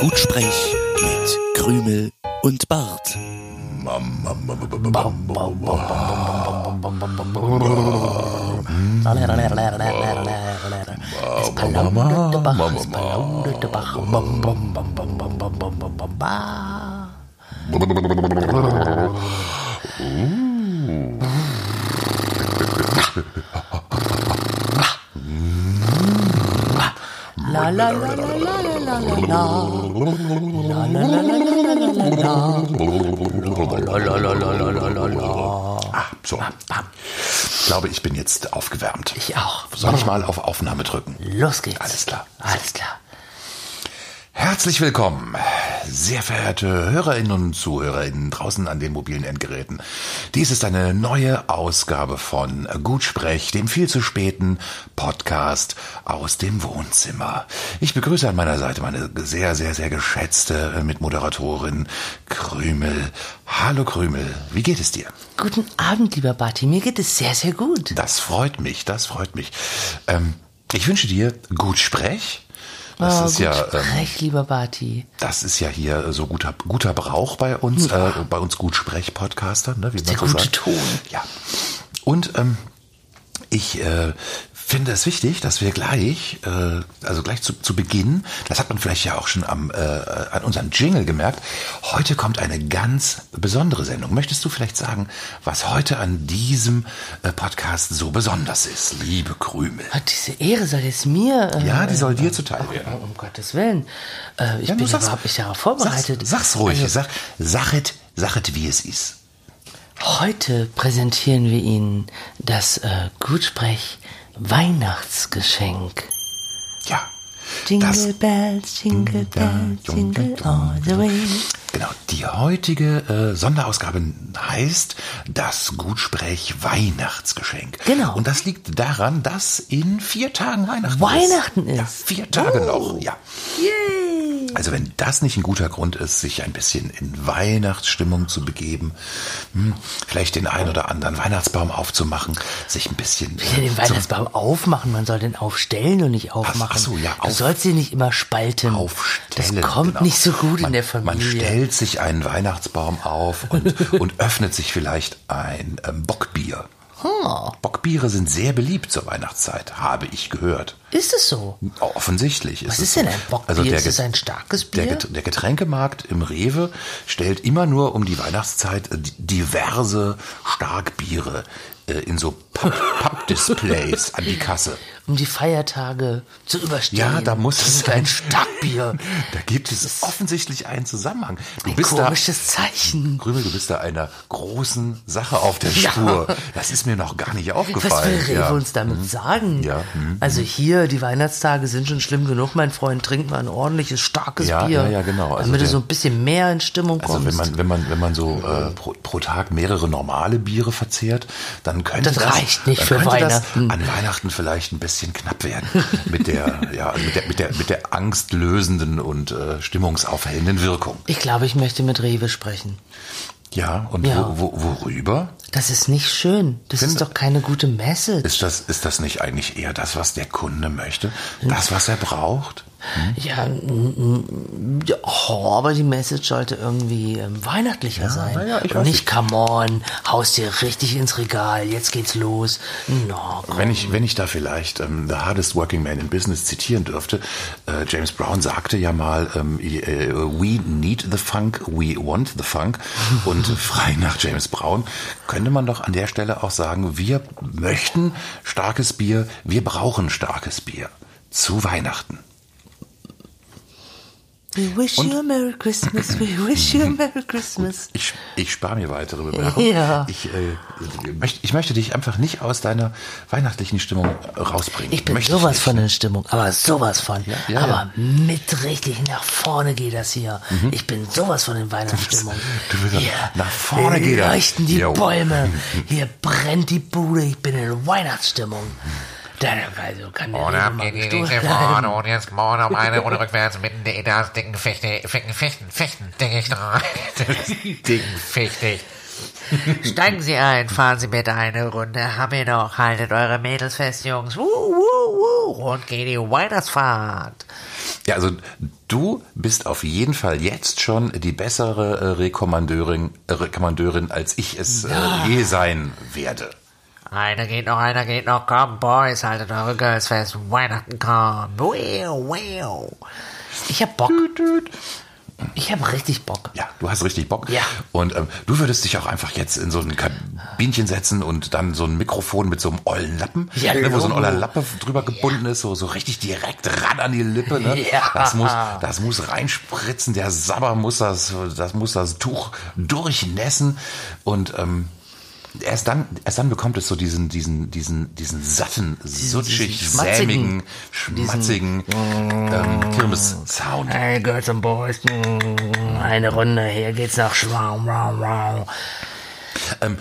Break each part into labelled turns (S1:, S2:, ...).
S1: Gutsprech mit Krümel und Bart.
S2: Es balaudet Bach, es balaudet Bach. Bam, bam, bam, bam, bam, bam, bam, bam, bam, ba. La la la la la la la la la. La la la la la la la la la. La la la la la la la la.
S3: Ah, so. Ich glaube, ich bin jetzt aufgewärmt.
S2: Ich auch.
S3: Soll ich mal auf Aufnahme drücken?
S2: Los geht's.
S3: Alles klar.
S2: Alles klar.
S3: Herzlich willkommen, sehr verehrte Hörerinnen und Zuhörerinnen draußen an den mobilen Endgeräten. Dies ist eine neue Ausgabe von Gutsprech, dem viel zu späten Podcast aus dem Wohnzimmer. Ich begrüße an meiner Seite meine sehr, sehr, sehr geschätzte Mitmoderatorin Krümel. Hallo Krümel, wie geht es dir?
S2: Guten Abend, lieber Barty. Mir geht es sehr, sehr gut.
S3: Das freut mich, das freut mich. Ähm, ich wünsche dir gut Sprech. Das
S2: oh,
S3: ist
S2: gut
S3: ja, ähm,
S2: Sprech, lieber Barty.
S3: das ist ja hier äh, so guter, guter Brauch bei uns, äh, bei uns gut Sprech-Podcastern, ne, wie man
S2: Der
S3: so
S2: gute
S3: sagt.
S2: Ton.
S3: Ja. Und ähm, ich äh, finde es wichtig, dass wir gleich, äh, also gleich zu, zu Beginn, das hat man vielleicht ja auch schon am, äh, an unserem Jingle gemerkt, heute kommt eine ganz besondere Sendung. Möchtest du vielleicht sagen, was heute an diesem äh, Podcast so besonders ist, liebe Krümel?
S2: Oh, diese Ehre soll jetzt mir. Äh,
S3: Ja, die soll dir zuteil werden.
S2: Oh, um Gottes Willen. Äh, ich
S3: Ja,
S2: bin
S3: du sagst-
S2: überhaupt nicht darauf vorbereitet.
S3: Sag's, sag's ruhig.
S2: Also,
S3: Sag, sachet, sachet, wie es ist.
S2: heute präsentieren wir Ihnen das äh, Gutsprech Weihnachtsgeschenk.
S3: Ja.
S2: Jingle
S3: Das,
S2: bells, jingle bells, jingle all the way.
S3: genau. Die heutige äh, Sonderausgabe heißt das Gutsprech Weihnachtsgeschenk.
S2: Genau.
S3: Und das liegt daran, dass in vier Tagen Weihnachten ist.
S2: Weihnachten ist.
S3: Ja,
S2: Oh.
S3: vier Tage noch. Ja. Also wenn das nicht ein guter Grund ist, sich ein bisschen in Weihnachtsstimmung zu begeben, hm, vielleicht den ein oder anderen Weihnachtsbaum aufzumachen, sich ein bisschen
S2: Ja,
S3: äh,
S2: den
S3: zum
S2: Weihnachtsbaum aufmachen. Man soll den aufstellen und nicht aufmachen.
S3: ach so, ja,
S2: Du
S3: auf-
S2: sollst ihn nicht immer spalten.
S3: aufstellen.
S2: Das kommt
S3: genau.
S2: nicht so gut
S3: man,
S2: in der Familie.
S3: Man stellt sich einen Weihnachtsbaum auf und, und öffnet sich vielleicht ein ähm, Bockbier. Bockbiere sind sehr beliebt zur Weihnachtszeit, habe ich gehört.
S2: Ist es so?
S3: Offensichtlich ist
S2: Was
S3: es
S2: ist
S3: so. Also
S2: denn ein Bockbier?
S3: der
S2: Ist es
S3: Get-
S2: ein starkes
S3: Der,
S2: Bier?
S3: Get- der Getränkemarkt im Rewe stellt immer nur um die Weihnachtszeit äh, di- diverse Starkbiere äh, in so Papp- Pappdisplays an die Kasse.
S2: Um die Feiertage zu überstehen.
S3: Ja, da muss es
S2: Trink ein
S3: sein.
S2: Starkbier.
S3: Da gibt es offensichtlich einen Zusammenhang. Du
S2: Ein
S3: bist da,
S2: komisches Zeichen.
S3: Krümel, du bist da einer großen Sache auf der
S2: Ja.
S3: Spur. Das ist mir noch gar nicht
S2: Was will
S3: aufgefallen.
S2: Rewe
S3: ja.
S2: uns damit sagen?
S3: Ja, mhm.
S2: Also hier, die Weihnachtstage sind schon schlimm genug, mein Freund. Trink mal ein ordentliches, starkes
S3: Ja,
S2: Bier.
S3: ja, ja, genau. Also
S2: damit du
S3: der-
S2: so ein bisschen mehr in Stimmung
S3: Also
S2: kommst.
S3: wenn man, wenn man, wenn man so äh, pro, pro Tag mehrere normale Biere verzehrt, dann könnte
S2: Das reicht nicht
S3: dann
S2: für
S3: könnte
S2: Weihnachten.
S3: Das an Weihnachten vielleicht ein bisschen knapp werden. mit der, ja, mit der, mit der, mit der angstlösenden und äh, stimmungsaufhellenden Wirkung.
S2: ich glaube, ich möchte mit Rewe sprechen.
S3: Ja, und
S2: Ja.
S3: Wo, wo, worüber?
S2: Das ist nicht schön. Das ist doch keine gute Message.
S3: Ist das, ist das nicht eigentlich eher das, was der Kunde möchte?
S2: Hm.
S3: Das, was er braucht?
S2: Ja, mm, mm, ja oh, aber die Message sollte irgendwie ähm, weihnachtlicher sein.
S3: naja, ich
S2: Und
S3: weiß
S2: nicht, come on, haust dir richtig ins Regal, jetzt geht's los. No,
S3: Wenn ich, wenn ich da vielleicht ähm, The Hardest Working Man in Business zitieren dürfte, äh, James Brown sagte ja mal, ähm, äh, we need the funk, we want the funk. Und frei nach James Brown könnte man doch an der Stelle auch sagen, wir möchten starkes Bier, wir brauchen starkes Bier zu Weihnachten.
S2: we wish you a Merry Christmas, we wish you a Merry Christmas.
S3: Ich, ich spare mir weitere Bemerkungen.
S2: Ja.
S3: Ich, äh, möcht, ich möchte dich einfach nicht aus deiner weihnachtlichen Stimmung rausbringen.
S2: Ich bin
S3: möchte
S2: sowas
S3: nicht.
S2: von in Stimmung, aber sowas von. ne?
S3: ja, Mhm.
S2: aber mit richtig nach vorne geht das hier. Ich bin sowas von in Weihnachtsstimmung.
S3: du bist- nach vorne geht das.
S2: leuchten die
S3: Jo.
S2: Bäume, hier brennt die Bude, ich bin in Weihnachtsstimmung. Dann also kann
S3: Oh,
S2: der Rewe
S4: Und ab
S2: mal
S4: in die
S2: gestohlen
S4: linke
S2: bleiben.
S4: vorne und jetzt vorne um eine Runde rückwärts mitten in das dicken Fichte, ficken, fichten, fichten, ding ich dran. Dicken Fichte. Steigen Sie ein, fahren Sie bitte eine Runde. Hab ihr doch, haltet eure Mädels fest, Jungs. Wuh, wuh, wuh. Und geht die Weihnachtsfahrt.
S3: Ja, also du bist auf jeden Fall jetzt schon die bessere äh, Rekommandeurin, äh, Rekommandeurin als ich es äh, je sein werde.
S4: Einer geht noch, einer geht noch. Komm, Boys, haltet eure Girls fest. Weihnachten kommt. Wow, wow. Ich hab Bock. Ich hab richtig Bock.
S3: Ja, du hast richtig Bock.
S4: Ja.
S3: Und ähm, du würdest dich auch einfach jetzt in so ein Kabinchen setzen und dann so ein Mikrofon mit so einem ollen Lappen,
S4: Ja,
S3: ne, wo so ein
S4: Logo.
S3: oller Lappe drüber gebunden ist, so, so richtig direkt ran an die Lippe. Ne?
S4: Ja.
S3: Das, muss, das muss reinspritzen, der Sabber muss das, das muss das Tuch durchnässen und ähm, Erst dann, erst dann bekommt es so diesen, diesen, diesen, diesen satten, sutschig,
S4: diesen
S3: sämigen, schmatzigen ähm, Kirmes-Sound.
S4: Hey, Girls and Boys. mm, Eine Runde, hier geht's nach Schwaum, wow, wow.
S3: Ähm,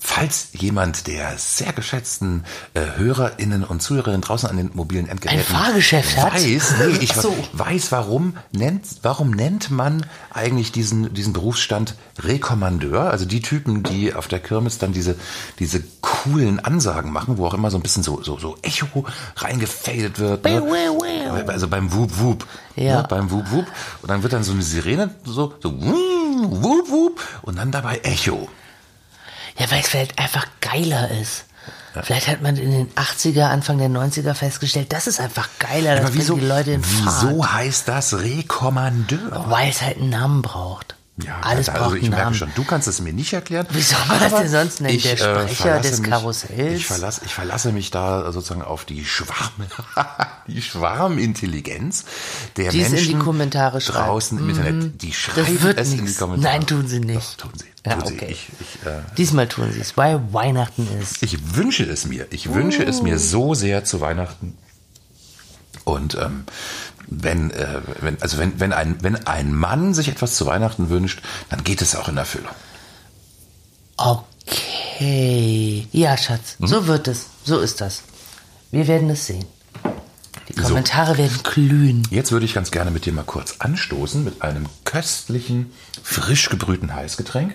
S3: falls jemand der sehr geschätzten äh, HörerInnen und Zuhörerinnen draußen an den mobilen Endgeräten
S4: Ein Fahrgeschäft hat?
S3: weiß, nee, ich
S4: Ach so.
S3: weiß, warum nennt, warum nennt man eigentlich diesen, diesen Berufsstand Rekommandeur? Also die Typen, die auf der Kirmes dann diese, diese coolen Ansagen machen, wo auch immer so ein bisschen so, so, so Echo reingefadet wird. Ne? Also beim Wub Wub.
S4: Ja.
S3: Ne? Beim Wub Wub. Und dann wird dann so eine Sirene so, so Wub Wub und dann dabei Echo.
S4: Ja, weil es vielleicht einfach geiler ist. Vielleicht hat man in den 80er, Anfang der 90er festgestellt, das ist einfach geiler, das
S3: Aber wieso,
S4: bringt Äh, die Leute in Fahrt.
S3: wieso heißt das Rekommandeur?
S4: Weil es halt einen Namen braucht. Alles
S3: also
S4: braucht
S3: ich
S4: einen
S3: merke
S4: Namen.
S3: schon, du kannst es mir nicht erklären.
S4: Wie soll man das
S3: aber
S4: denn sonst nennen?
S3: ich,
S4: Der
S3: äh,
S4: Sprecher
S3: verlasse
S4: des
S3: mich,
S4: Karussells?
S3: Ich verlasse, ich verlasse mich da sozusagen auf die, Schwarm, die Schwarmintelligenz der
S4: Die es in
S3: Menschen
S4: die Kommentare schreiben. Mhm.
S3: draußen im Internet. Die schreiben
S4: wird
S3: es in die
S4: nix.
S3: Kommentare.
S4: Nein, tun sie nicht.
S3: Doch, tun sie.
S4: Ja,
S3: tun sie.
S4: okay.
S3: Ich, ich, äh,
S4: Diesmal tun sie es, weil Weihnachten ist.
S3: ich wünsche es mir. Ich wünsche es mir
S4: Oh.
S3: so sehr zu Weihnachten. Und ähm, wenn, äh, wenn, also wenn, wenn, ein, wenn ein Mann sich etwas zu Weihnachten wünscht, dann geht es auch in Erfüllung.
S4: Okay. Ja, Schatz,
S3: Hm?
S4: so wird es. So ist das. Wir werden es sehen. Die
S3: So.
S4: Kommentare werden glühen.
S3: Jetzt würde ich ganz gerne mit dir mal kurz anstoßen mit einem köstlichen, frisch gebrühten Heißgetränk.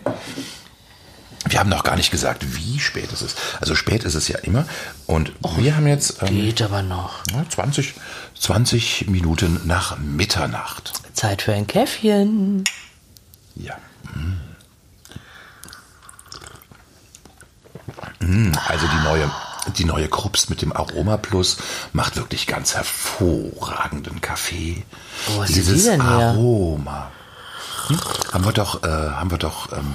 S3: Wir haben noch gar nicht gesagt, wie spät es ist. Also spät ist es ja immer. Und wir haben jetzt ähm,
S4: Geht aber noch.
S3: ja, 20, 20 Minuten nach Mitternacht.
S4: Zeit für ein Käffchen.
S3: Ja. Mm. Mm, Also die neue, die neue Krups mit dem Aroma Plus macht wirklich ganz hervorragenden Kaffee.
S4: Wo hast du die
S3: Dieses
S4: denn her?
S3: Aroma. Hm? Haben wir doch, äh, haben wir doch ähm,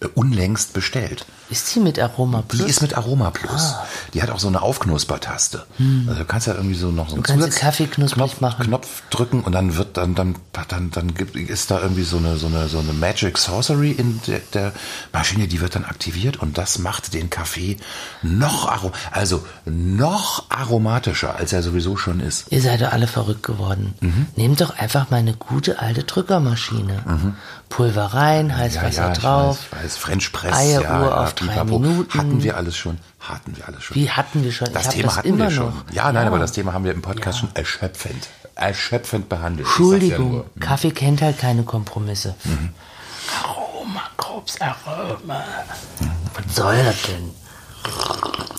S3: äh, unlängst bestellt.
S4: Ist sie mit Aroma
S3: Die
S4: Plus?
S3: ist mit Aroma Plus.
S4: Ah.
S3: Die hat auch so eine Aufknuspertaste. Also du kannst ja irgendwie so noch so einen
S4: Hm. kannst den
S3: Zusatz-
S4: Kaffee knusprig
S3: Knopf,
S4: machen.
S3: Knopf drücken und dann wird dann dann dann dann gibt, ist da irgendwie so eine so eine so eine Magic Sorcery in der, der Maschine, die wird dann aktiviert und das macht den Kaffee noch arom also noch aromatischer, als er sowieso schon ist.
S4: Ihr seid doch alle verrückt geworden. Nehmt doch einfach mal eine gute alte Drückermaschine. Pulver rein, Heißwasser
S3: ich
S4: drauf.
S3: Weiß, weiß, French Press,
S4: Eieruhr
S3: ja, ja,
S4: auf drei
S3: pipapo.
S4: Minuten.
S3: Hatten wir alles schon, hatten wir alles schon.
S4: Wie hatten wir schon?
S3: Das
S4: ich hab
S3: Thema
S4: das
S3: hatten
S4: immer
S3: wir schon.
S4: noch.
S3: Ja, nein, aber das Thema haben wir im Podcast schon erschöpfend, erschöpfend behandelt. Ich sag's ja
S4: Entschuldigung,
S3: nur.
S4: Kaffee kennt halt keine Kompromisse. Aroma, Krups, Aroma. Was soll das denn?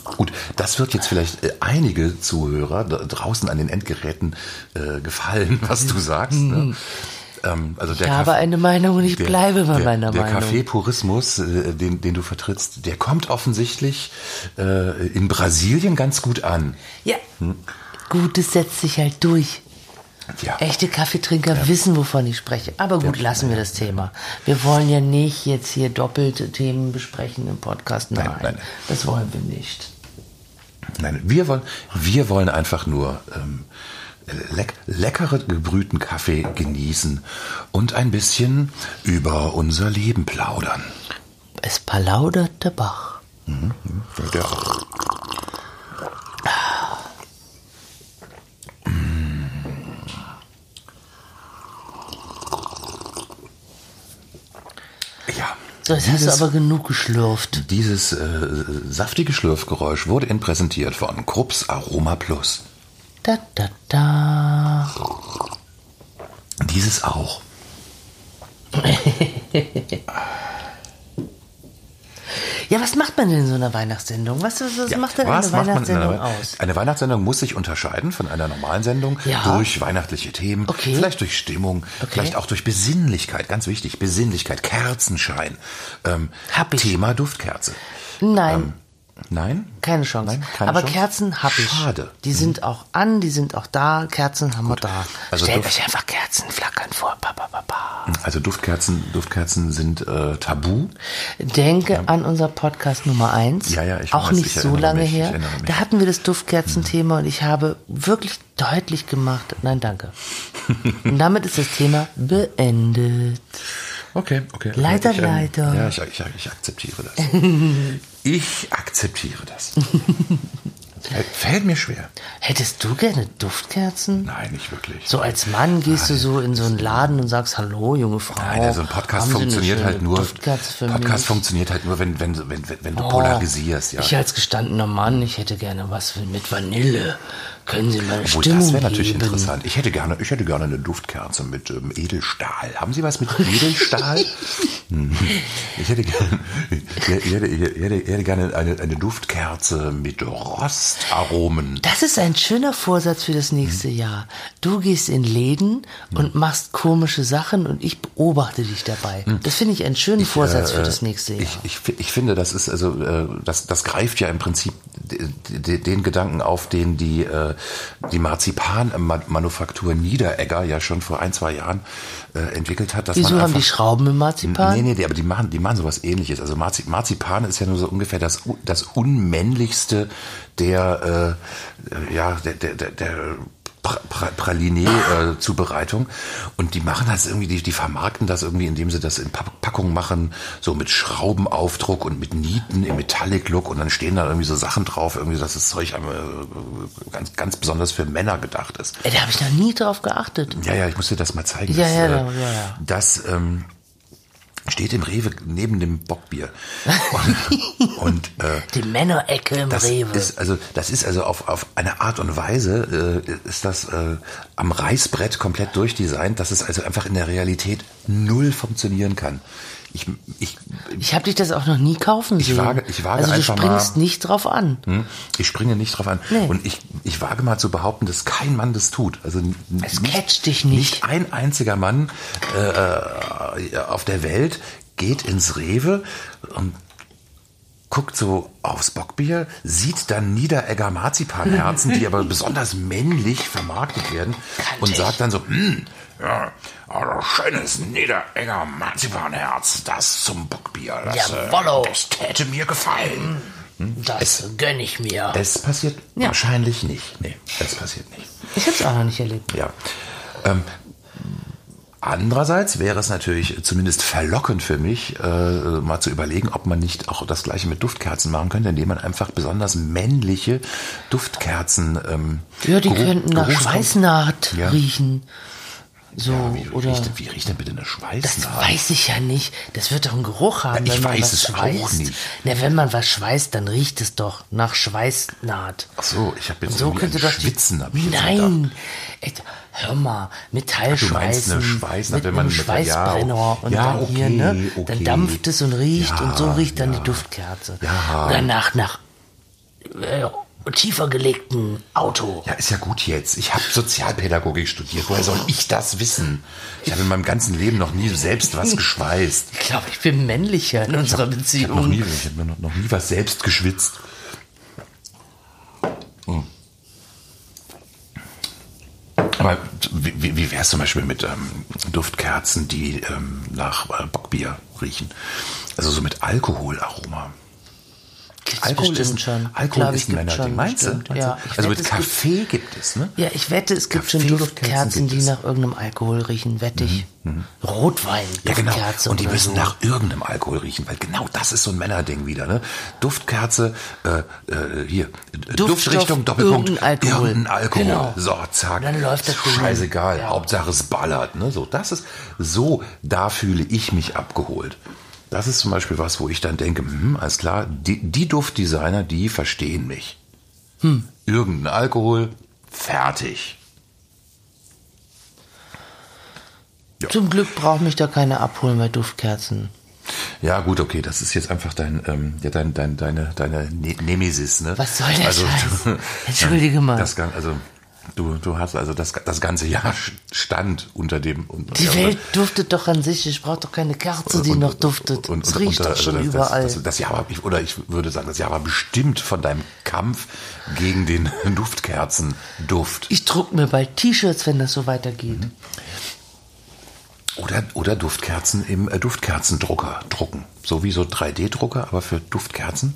S3: Gut, das wird jetzt vielleicht äh, einige Zuhörer da draußen an den Endgeräten äh, gefallen, was du sagst.
S4: Mhm.
S3: Ne? Ähm, also der
S4: Ich habe
S3: Kaff-
S4: eine Meinung und ich
S3: der-
S4: bleibe bei
S3: der,
S4: meiner
S3: der
S4: Meinung.
S3: Kaffeepurismus, äh, den, den du vertrittst, der kommt offensichtlich äh, in Brasilien ganz gut an.
S4: Ja. Gutes setzt sich halt durch.
S3: Ja.
S4: Echte Kaffeetrinker wissen, wovon ich spreche. Aber gut, lassen wir das Thema. Wir wollen ja nicht jetzt hier doppelte Themen besprechen im Podcast. Nein,
S3: nein.
S4: das wollen wir nicht.
S3: Nein, wir wollen, wir wollen einfach nur ähm, leck, leckeren gebrühten Kaffee genießen und ein bisschen über unser Leben plaudern.
S4: Es palaudert der Bach.
S3: Der, ja.
S4: So, jetzt hast
S3: dieses-
S4: du aber genug geschlürft.
S3: Dieses äh, saftige Schlürfgeräusch wurde Ihnen präsentiert von Krupps Aroma Plus.
S4: Da, da, da.
S3: Dieses auch.
S2: Ja, was macht man denn in so einer Weihnachtssendung? Was, was, was
S3: Ja,
S2: macht denn
S3: was
S2: eine
S3: macht man in
S2: Weihnachtssendung
S3: einer Wei-
S2: aus?
S3: Eine Weihnachtssendung muss sich unterscheiden von einer normalen Sendung
S2: Ja.
S3: durch weihnachtliche Themen,
S2: Okay.
S3: vielleicht durch Stimmung, vielleicht auch durch Besinnlichkeit, ganz wichtig, Besinnlichkeit, Kerzenschein. Ähm,
S2: Hab ich.
S3: Thema Duftkerze.
S2: Nein,
S3: Nein?
S2: keine Chance.
S3: Ähm, Nein, keine
S2: Aber
S3: Chance?
S2: Kerzen hab ich.
S3: Schade.
S2: Die sind auch an, die sind auch da. Kerzen haben wir da.
S3: Also
S2: Stellt
S3: Duft-
S2: euch einfach Kerzen flackern vor. Ba, ba, ba, ba.
S3: Also Duftkerzen, Duftkerzen sind äh, tabu.
S2: Denke an unser Podcast Nummer 1.
S3: Ja, ja, ich
S2: Auch
S3: weiß,
S2: nicht
S3: ich
S2: so
S3: erinnere
S2: lange
S3: mich, ich
S2: her.
S3: erinnere mich. Mhm.
S2: Da hatten wir das Duftkerzenthema und ich habe wirklich deutlich gemacht, nein, danke. und damit ist das Thema beendet.
S3: Okay, okay.
S2: Leiter,
S3: ich, ähm,
S2: Leiter.
S3: Ja, ich, ich, ich akzeptiere das. ich akzeptiere das. Fällt- Fällt mir schwer.
S2: Hättest du gerne Duftkerzen?
S3: Nein, nicht wirklich.
S2: So als Mann gehst du so in so einen Laden und sagst, hallo, junge Frau.
S3: Nein, also ein Podcast
S2: haben Sie eine
S3: funktioniert
S2: schöne
S3: halt nur.
S2: Duftkerze für
S3: Podcast
S2: mich?
S3: funktioniert halt nur, wenn, wenn, wenn, wenn, wenn du
S2: Oh,
S3: polarisierst, ja.
S2: Ich als gestandener Mann, ich hätte gerne was mit Vanille. Können Sie meine
S3: Obwohl,
S2: Stimmung
S3: Oh, das wäre natürlich
S2: heben?
S3: interessant. Ich hätte gerne, ich hätte gerne eine Duftkerze mit ähm, Edelstahl. Haben Sie was mit Edelstahl? Hm. ich hätte gerne, ich hätte, ich hätte, ich hätte gerne eine, eine Duftkerze mit Rostaromen.
S2: Das ist ein schöner Vorsatz für das
S3: Mhm.
S2: nächste Jahr. Du gehst in Läden und machst komische Sachen und ich beobachte dich dabei. Das finde ich einen schönen Vorsatz für das nächste Jahr.
S3: Hm. äh, Ich, ich, fi- ich finde, das ist also äh, das, das greift ja im Prinzip de- de- den Gedanken auf, den die äh, die Marzipan-Manufaktur Niederegger ja schon vor ein zwei Jahren äh, entwickelt hat, dass
S2: Wieso
S3: man
S2: haben
S3: einfach
S2: die Schrauben im Marzipan?
S3: Nee, nee, nee, aber die machen, die machen sowas ähnliches. Also Marzi Marzipan ist ja nur so ungefähr das, u- das unmännlichste der, äh, ja, der, der, der, der Pra- Pra- Praliné-Zubereitung. Und die machen das irgendwie, die, die vermarkten das irgendwie, indem sie das in Pack- Packungen machen, so mit Schraubenaufdruck und mit Nieten im Metallic-Look. Und dann stehen da irgendwie so Sachen drauf, irgendwie, dass das Zeug äh, ganz, ganz besonders für Männer gedacht ist.
S2: Ey, da habe ich noch nie drauf geachtet.
S3: Ja, ja, ich muss dir das mal zeigen.
S2: Ja,
S3: das,
S2: ja,
S3: äh,
S2: ja, ja, ja.
S3: Das ähm, steht im Rewe neben dem Bockbier. Und, und äh,
S2: Die Männerecke im
S3: das
S2: Rewe.
S3: ist also, das ist also auf, auf eine Art und Weise äh, ist das äh, am Reißbrett komplett durchdesignt, dass es also einfach in der Realität null funktionieren kann. Ich, ich,
S2: ich habe dich das auch noch nie kaufen sehen.
S3: wage- ich wage
S2: also du
S3: einfach mal-
S2: springst nicht drauf an.
S3: hm, ich springe nicht drauf an.
S2: Nee.
S3: Und ich, ich wage mal zu behaupten, dass kein Mann das tut. Also n-
S2: Es
S3: nicht-
S2: catcht dich nicht.
S3: Nicht ein einziger Mann äh, auf der Welt geht ins Rewe und guckt so aufs Bockbier, sieht dann Niederegger Marzipanherzen, die aber besonders männlich vermarktet werden und sagt dann so, hm, ja, aber schönes Niederegger Marzipanherz, das zum Bockbier, das, äh,
S2: Jawollo.
S3: das täte mir gefallen.
S2: Das gönn ich mir.
S3: Es passiert wahrscheinlich nicht. Nee, es passiert nicht.
S2: Ich habe es auch noch nicht erlebt.
S3: Ja. Ähm, andererseits wäre es natürlich zumindest verlockend für mich, äh, mal zu überlegen, ob man nicht auch das Gleiche mit Duftkerzen machen könnte, indem man einfach besonders männliche Duftkerzen. Ähm,
S2: Ja, die
S3: Geruch-
S2: könnten nach
S3: Geruchskom-
S2: Schweißnaht
S3: Ja.
S2: riechen. So,
S3: Ja, wie,
S2: oder.
S3: riecht, wie riecht denn bitte eine
S2: Das
S3: Schweißnaht?
S2: weiß ich ja nicht. Das wird doch einen Geruch haben.
S3: Ja, ich
S2: wenn man
S3: weiß
S2: was
S3: es auch
S2: schweißt.
S3: nicht.
S2: Na, wenn man was schweißt, dann riecht es doch nach Schweißnaht.
S3: Ach so, ich habe jetzt
S2: So
S3: irgendwie
S2: könnte
S3: an
S2: das.
S3: schwitzen. Hab ich jetzt
S2: Nein! Ey, hör mal, Metallschweißen.
S3: Du meinst eine Schweißnaht,
S2: mit
S3: wenn man
S2: einem
S3: mit- ja,
S2: Schweißbrenner
S3: okay.
S2: und
S3: Ja,
S2: dann hier,
S3: okay,
S2: ne?
S3: okay.
S2: Dann dampft es und riecht
S3: Ja,
S2: und so riecht dann
S3: ja.
S2: die Duftkerze.
S3: Ja.
S2: Oder nach, nach äh, tiefer gelegtem Auto.
S3: Ja, ist ja gut jetzt. Ich habe Sozialpädagogik studiert. Woher soll ich das wissen? Ich habe in meinem ganzen Leben noch nie selbst was geschweißt.
S2: Ich glaube, ich bin männlicher in unserer
S3: Ich habe noch,
S2: Beziehung.
S3: nie- ich hab mir noch, noch nie was selbst geschwitzt. Hm. Aber wie, wie- wie wäre es zum Beispiel mit ähm, Duftkerzen, die ähm, nach äh, Bockbier riechen? Also so mit Alkoholaroma.
S2: Gibt's
S3: Alkohol ist,
S2: bestimmt
S3: ein-
S2: schon.
S3: Alkohol
S2: Glaub
S3: ist ein
S2: gibt's
S3: Männerding.
S2: schon,
S3: Meinst du?
S2: bestimmt.
S3: Meinst
S2: Ja,
S3: du?
S2: ich
S3: Also
S2: wette,
S3: mit
S2: es gibt-
S3: Kaffee gibt es, ne?
S2: Ja, ich wette, es gibt schon
S3: Kaffee-Duftkerzen
S2: Duftkerzen,
S3: gibt
S2: die
S3: es. Mhm.
S2: nach irgendeinem Alkohol riechen, wette ich. Rotwein,
S3: Ja, genau.
S2: Duftkerze
S3: Und die
S2: oder
S3: müssen
S2: so.
S3: nach irgendeinem Alkohol riechen, weil genau das ist so ein Männerding wieder, ne? Duftkerze, äh, äh, hier, äh,
S2: Duftstoff,
S3: Duftrichtung, Doppelpunkt,
S2: irgendein Alkohol.
S3: irgendein Alkohol.
S2: Genau.
S3: So, zack.
S2: Dann läuft das Ding.
S3: Scheißegal,
S2: Ja.
S3: Hauptsache es ballert, ne? So, das ist, so, da fühle ich mich abgeholt. Das ist zum Beispiel was, wo ich dann denke, hm, alles klar, die, die Duftdesigner, die verstehen mich. Hm. Irgendein Alkohol, fertig.
S2: Zum Glück braucht mich da keiner abholen bei Duftkerzen.
S3: Ja, gut, okay, das ist jetzt einfach dein, ähm, ja, dein, dein, deine, deine ne Nemesis, ne?
S2: Was soll der
S3: also,
S2: Scheiß? Entschuldige mal.
S3: Das, gan- also, du, du hast also das, das ganze Jahr stand unter dem. Und,
S2: Die
S3: ja,
S2: Welt duftet doch an sich. Ich brauche doch keine Kerze, die
S3: und-
S2: noch duftet.
S3: und-
S2: es
S3: und-
S2: riecht
S3: und-
S2: doch schon
S3: also das,
S2: überall.
S3: Das, das, das Jahr war, ich- oder ich würde sagen, das Jahr war bestimmt von deinem Kampf gegen den Duftkerzenduft.
S2: ich druck mir bald T-Shirts, wenn das so weitergeht.
S3: Oder, oder Duftkerzen im äh, Duftkerzendrucker drucken. So wie so 3D-Drucker, aber für Duftkerzen.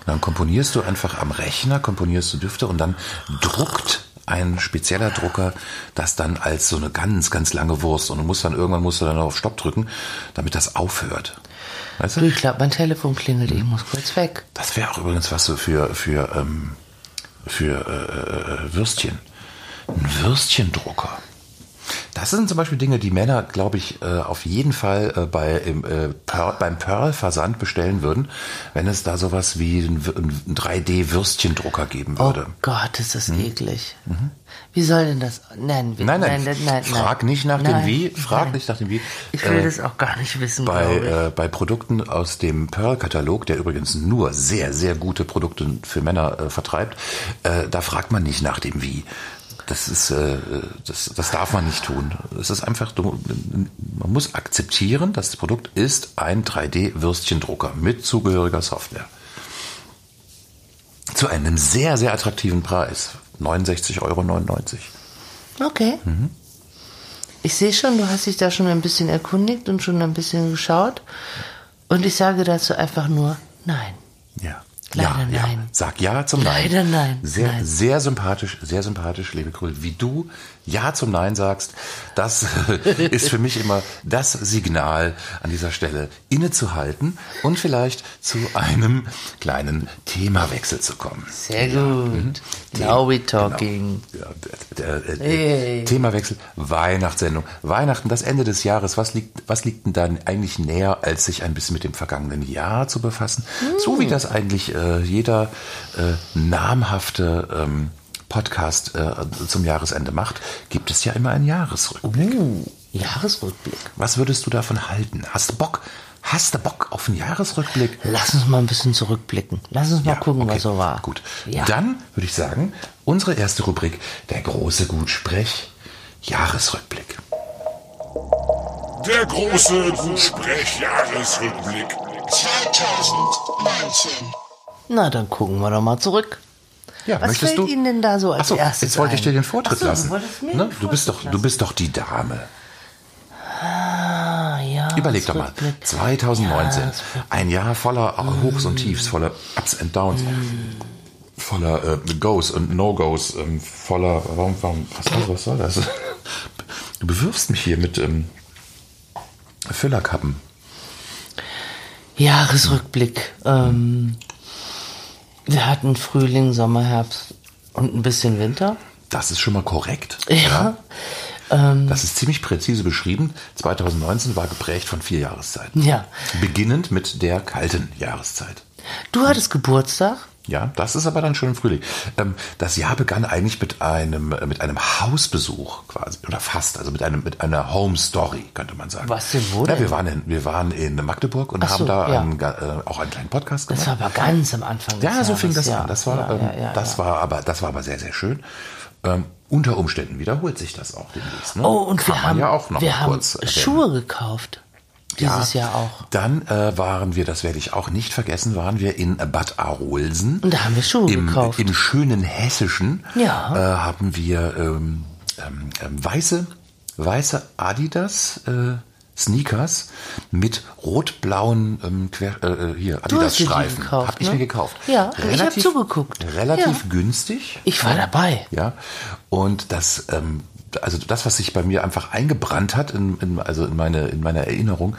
S3: Und dann komponierst du einfach am Rechner, komponierst du Düfte und dann druckt ein spezieller Drucker das dann als so eine ganz, ganz lange Wurst. Und du musst dann irgendwann musst du dann auf Stopp drücken, damit das aufhört. Weißt
S2: Du,
S3: du?
S2: ich glaube, mein Telefon klingelt. Ich muss kurz weg.
S3: Das wäre auch übrigens was so für, für, ähm, für äh, äh, Würstchen. Ein Würstchendrucker. Das sind zum Beispiel Dinge, die Männer, glaube ich, äh, auf jeden Fall äh, bei, im, äh, Pearl, beim Pearl-Versand bestellen würden, wenn es da sowas wie einen 3D-Würstchendrucker geben
S2: Oh
S3: würde.
S2: Gott, ist das eklig. Wie soll denn das? Nein, wir,
S3: Mhm. Nein, nein,
S2: nein, nein,
S3: frag nicht nach dem Wie, frag nicht nach dem Wie.
S2: Ich will
S3: Äh,
S2: das auch gar nicht wissen,
S3: bei,
S2: glaube ich.
S3: äh, bei Produkten aus dem Pearl-Katalog, der übrigens nur sehr, sehr gute Produkte für Männer äh, vertreibt, äh, da fragt man nicht nach dem Wie. Das ist, äh, das, das darf man nicht tun. Es ist einfach, du, man muss akzeptieren, das Produkt ist ein 3D-Würstchendrucker mit zugehöriger Software. Zu einem sehr, sehr attraktiven Preis. 69,99 Euro.
S2: Okay.
S3: Mhm.
S2: Ich sehe schon, du hast dich da schon ein bisschen erkundigt und schon ein bisschen geschaut. Und ich sage dazu einfach nur nein.
S3: Ja.
S2: Leider
S3: ja, Ja.
S2: nein.
S3: Sag Ja zum Nein.
S2: Leider nein.
S3: Sehr,
S2: Nein.
S3: sehr sympathisch, sehr sympathisch, liebe Grüße. Wie du Ja zum Nein sagst, das ist für mich immer das Signal an dieser Stelle innezuhalten und vielleicht zu einem kleinen Themawechsel zu kommen.
S2: Sehr
S3: mhm.
S2: gut. Now we
S3: Genau.
S2: talking.
S3: Ja, der, der, der, Themawechsel, Weihnachtssendung. Weihnachten, das Ende des Jahres. Was liegt, was liegt denn dann eigentlich näher, als sich ein bisschen mit dem vergangenen Jahr zu befassen? So wie das eigentlich äh, jeder äh, namhafte ähm, Podcast äh, zum Jahresende macht, gibt es ja immer einen Jahresrückblick.
S2: Jahresrückblick.
S3: Was würdest du davon halten? Hast du Bock? Hast du Bock auf einen Jahresrückblick?
S2: Lass uns mal ein bisschen zurückblicken. Lass uns mal gucken,
S3: okay.
S2: was so war.
S3: Gut.
S2: Ja.
S3: Dann würde ich sagen, unsere erste Rubrik, der große Gutsprech, Jahresrückblick.
S5: Der große Gutsprech-Jahresrückblick.
S6: 2019.
S2: Na, dann gucken wir doch mal zurück.
S3: Ja,
S2: Was
S3: möchtest
S2: fällt
S3: du?
S2: Ihnen denn da so als
S3: Achso,
S2: erstes
S3: jetzt wollte ich dir
S2: ein?
S3: den Vortritt
S2: Achso, du
S3: lassen.
S2: wolltest mir
S3: ne?
S2: den
S3: du, bist doch, du bist doch die Dame.
S2: Ah, ja.
S3: Überleg doch mal.
S2: Rückblick.
S3: 2019.
S2: Ja, Rückblick.
S3: ein Jahr voller Hochs und Tiefs, voller Ups and Downs,
S2: Mm.
S3: voller äh, Goes und No-Goes, ähm, voller. Warum, warum, was, soll- was soll das? Du bewirfst mich hier mit ähm, Füllerkappen.
S2: Jahresrückblick. Ähm, wir hatten Frühling, Sommer, Herbst und ein bisschen Winter.
S3: Das ist schon mal korrekt.
S2: Ja. ähm,
S3: Das ist ziemlich präzise beschrieben. 2019 war geprägt von vier Jahreszeiten.
S2: Ja.
S3: Beginnend mit der kalten Jahreszeit.
S2: Du hattest Geburtstag.
S3: Ja, das ist aber dann schon im Frühling. Ähm, das Jahr begann eigentlich mit einem, äh, mit einem Hausbesuch quasi, oder fast, also mit, einem, mit einer Home Story, könnte man sagen.
S2: Was denn, wo
S3: Ja,
S2: denn?
S3: wir waren in, wir waren in Magdeburg und
S2: Ach
S3: haben
S2: so,
S3: da
S2: ja.
S3: einen, ga- äh, auch einen kleinen Podcast gemacht.
S2: Das war aber ganz am Anfang. Des
S3: Ja, so fing
S2: Jahres,
S3: das
S2: ja.
S3: an. Das war,
S2: ja,
S3: ähm,
S2: ja, ja,
S3: das
S2: ja.
S3: war aber, das war aber sehr, sehr schön. Ähm, unter Umständen wiederholt sich das auch demnächst. Ne?
S2: Oh, und
S3: Kann
S2: wir
S3: man
S2: haben,
S3: ja auch noch
S2: wir
S3: mal
S2: haben
S3: kurz erwähnen.
S2: Schuhe gekauft.
S3: Ja.
S2: Dieses Jahr auch.
S3: Dann äh, waren wir, das werde ich auch nicht vergessen, waren wir in Bad Arolsen.
S2: Und da haben wir Schuhe
S3: Im,
S2: gekauft.
S3: Im schönen Hessischen
S2: Ja.
S3: äh, haben wir ähm, ähm, ähm, weiße, weiße Adidas äh, Sneakers mit rot-blauen ähm, Quer, äh, hier
S2: Du
S3: Adidas
S2: hast dir die
S3: Streifen.
S2: gekauft,
S3: Hab ich
S2: ne?
S3: mir gekauft.
S2: Ja, und ich hab zugeguckt.
S3: Relativ
S2: Ja.
S3: günstig.
S2: Ich war dabei.
S3: Ja, und das, ähm, also das, was sich bei mir einfach eingebrannt hat, in, in, also in, meine, in meiner Erinnerung,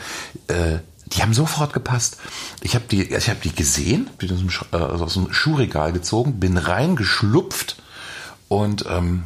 S3: äh, die haben sofort gepasst. Ich habe die, ich hab die gesehen, bin aus dem, Sch- äh, also aus dem Schuhregal gezogen, bin reingeschlupft und ähm,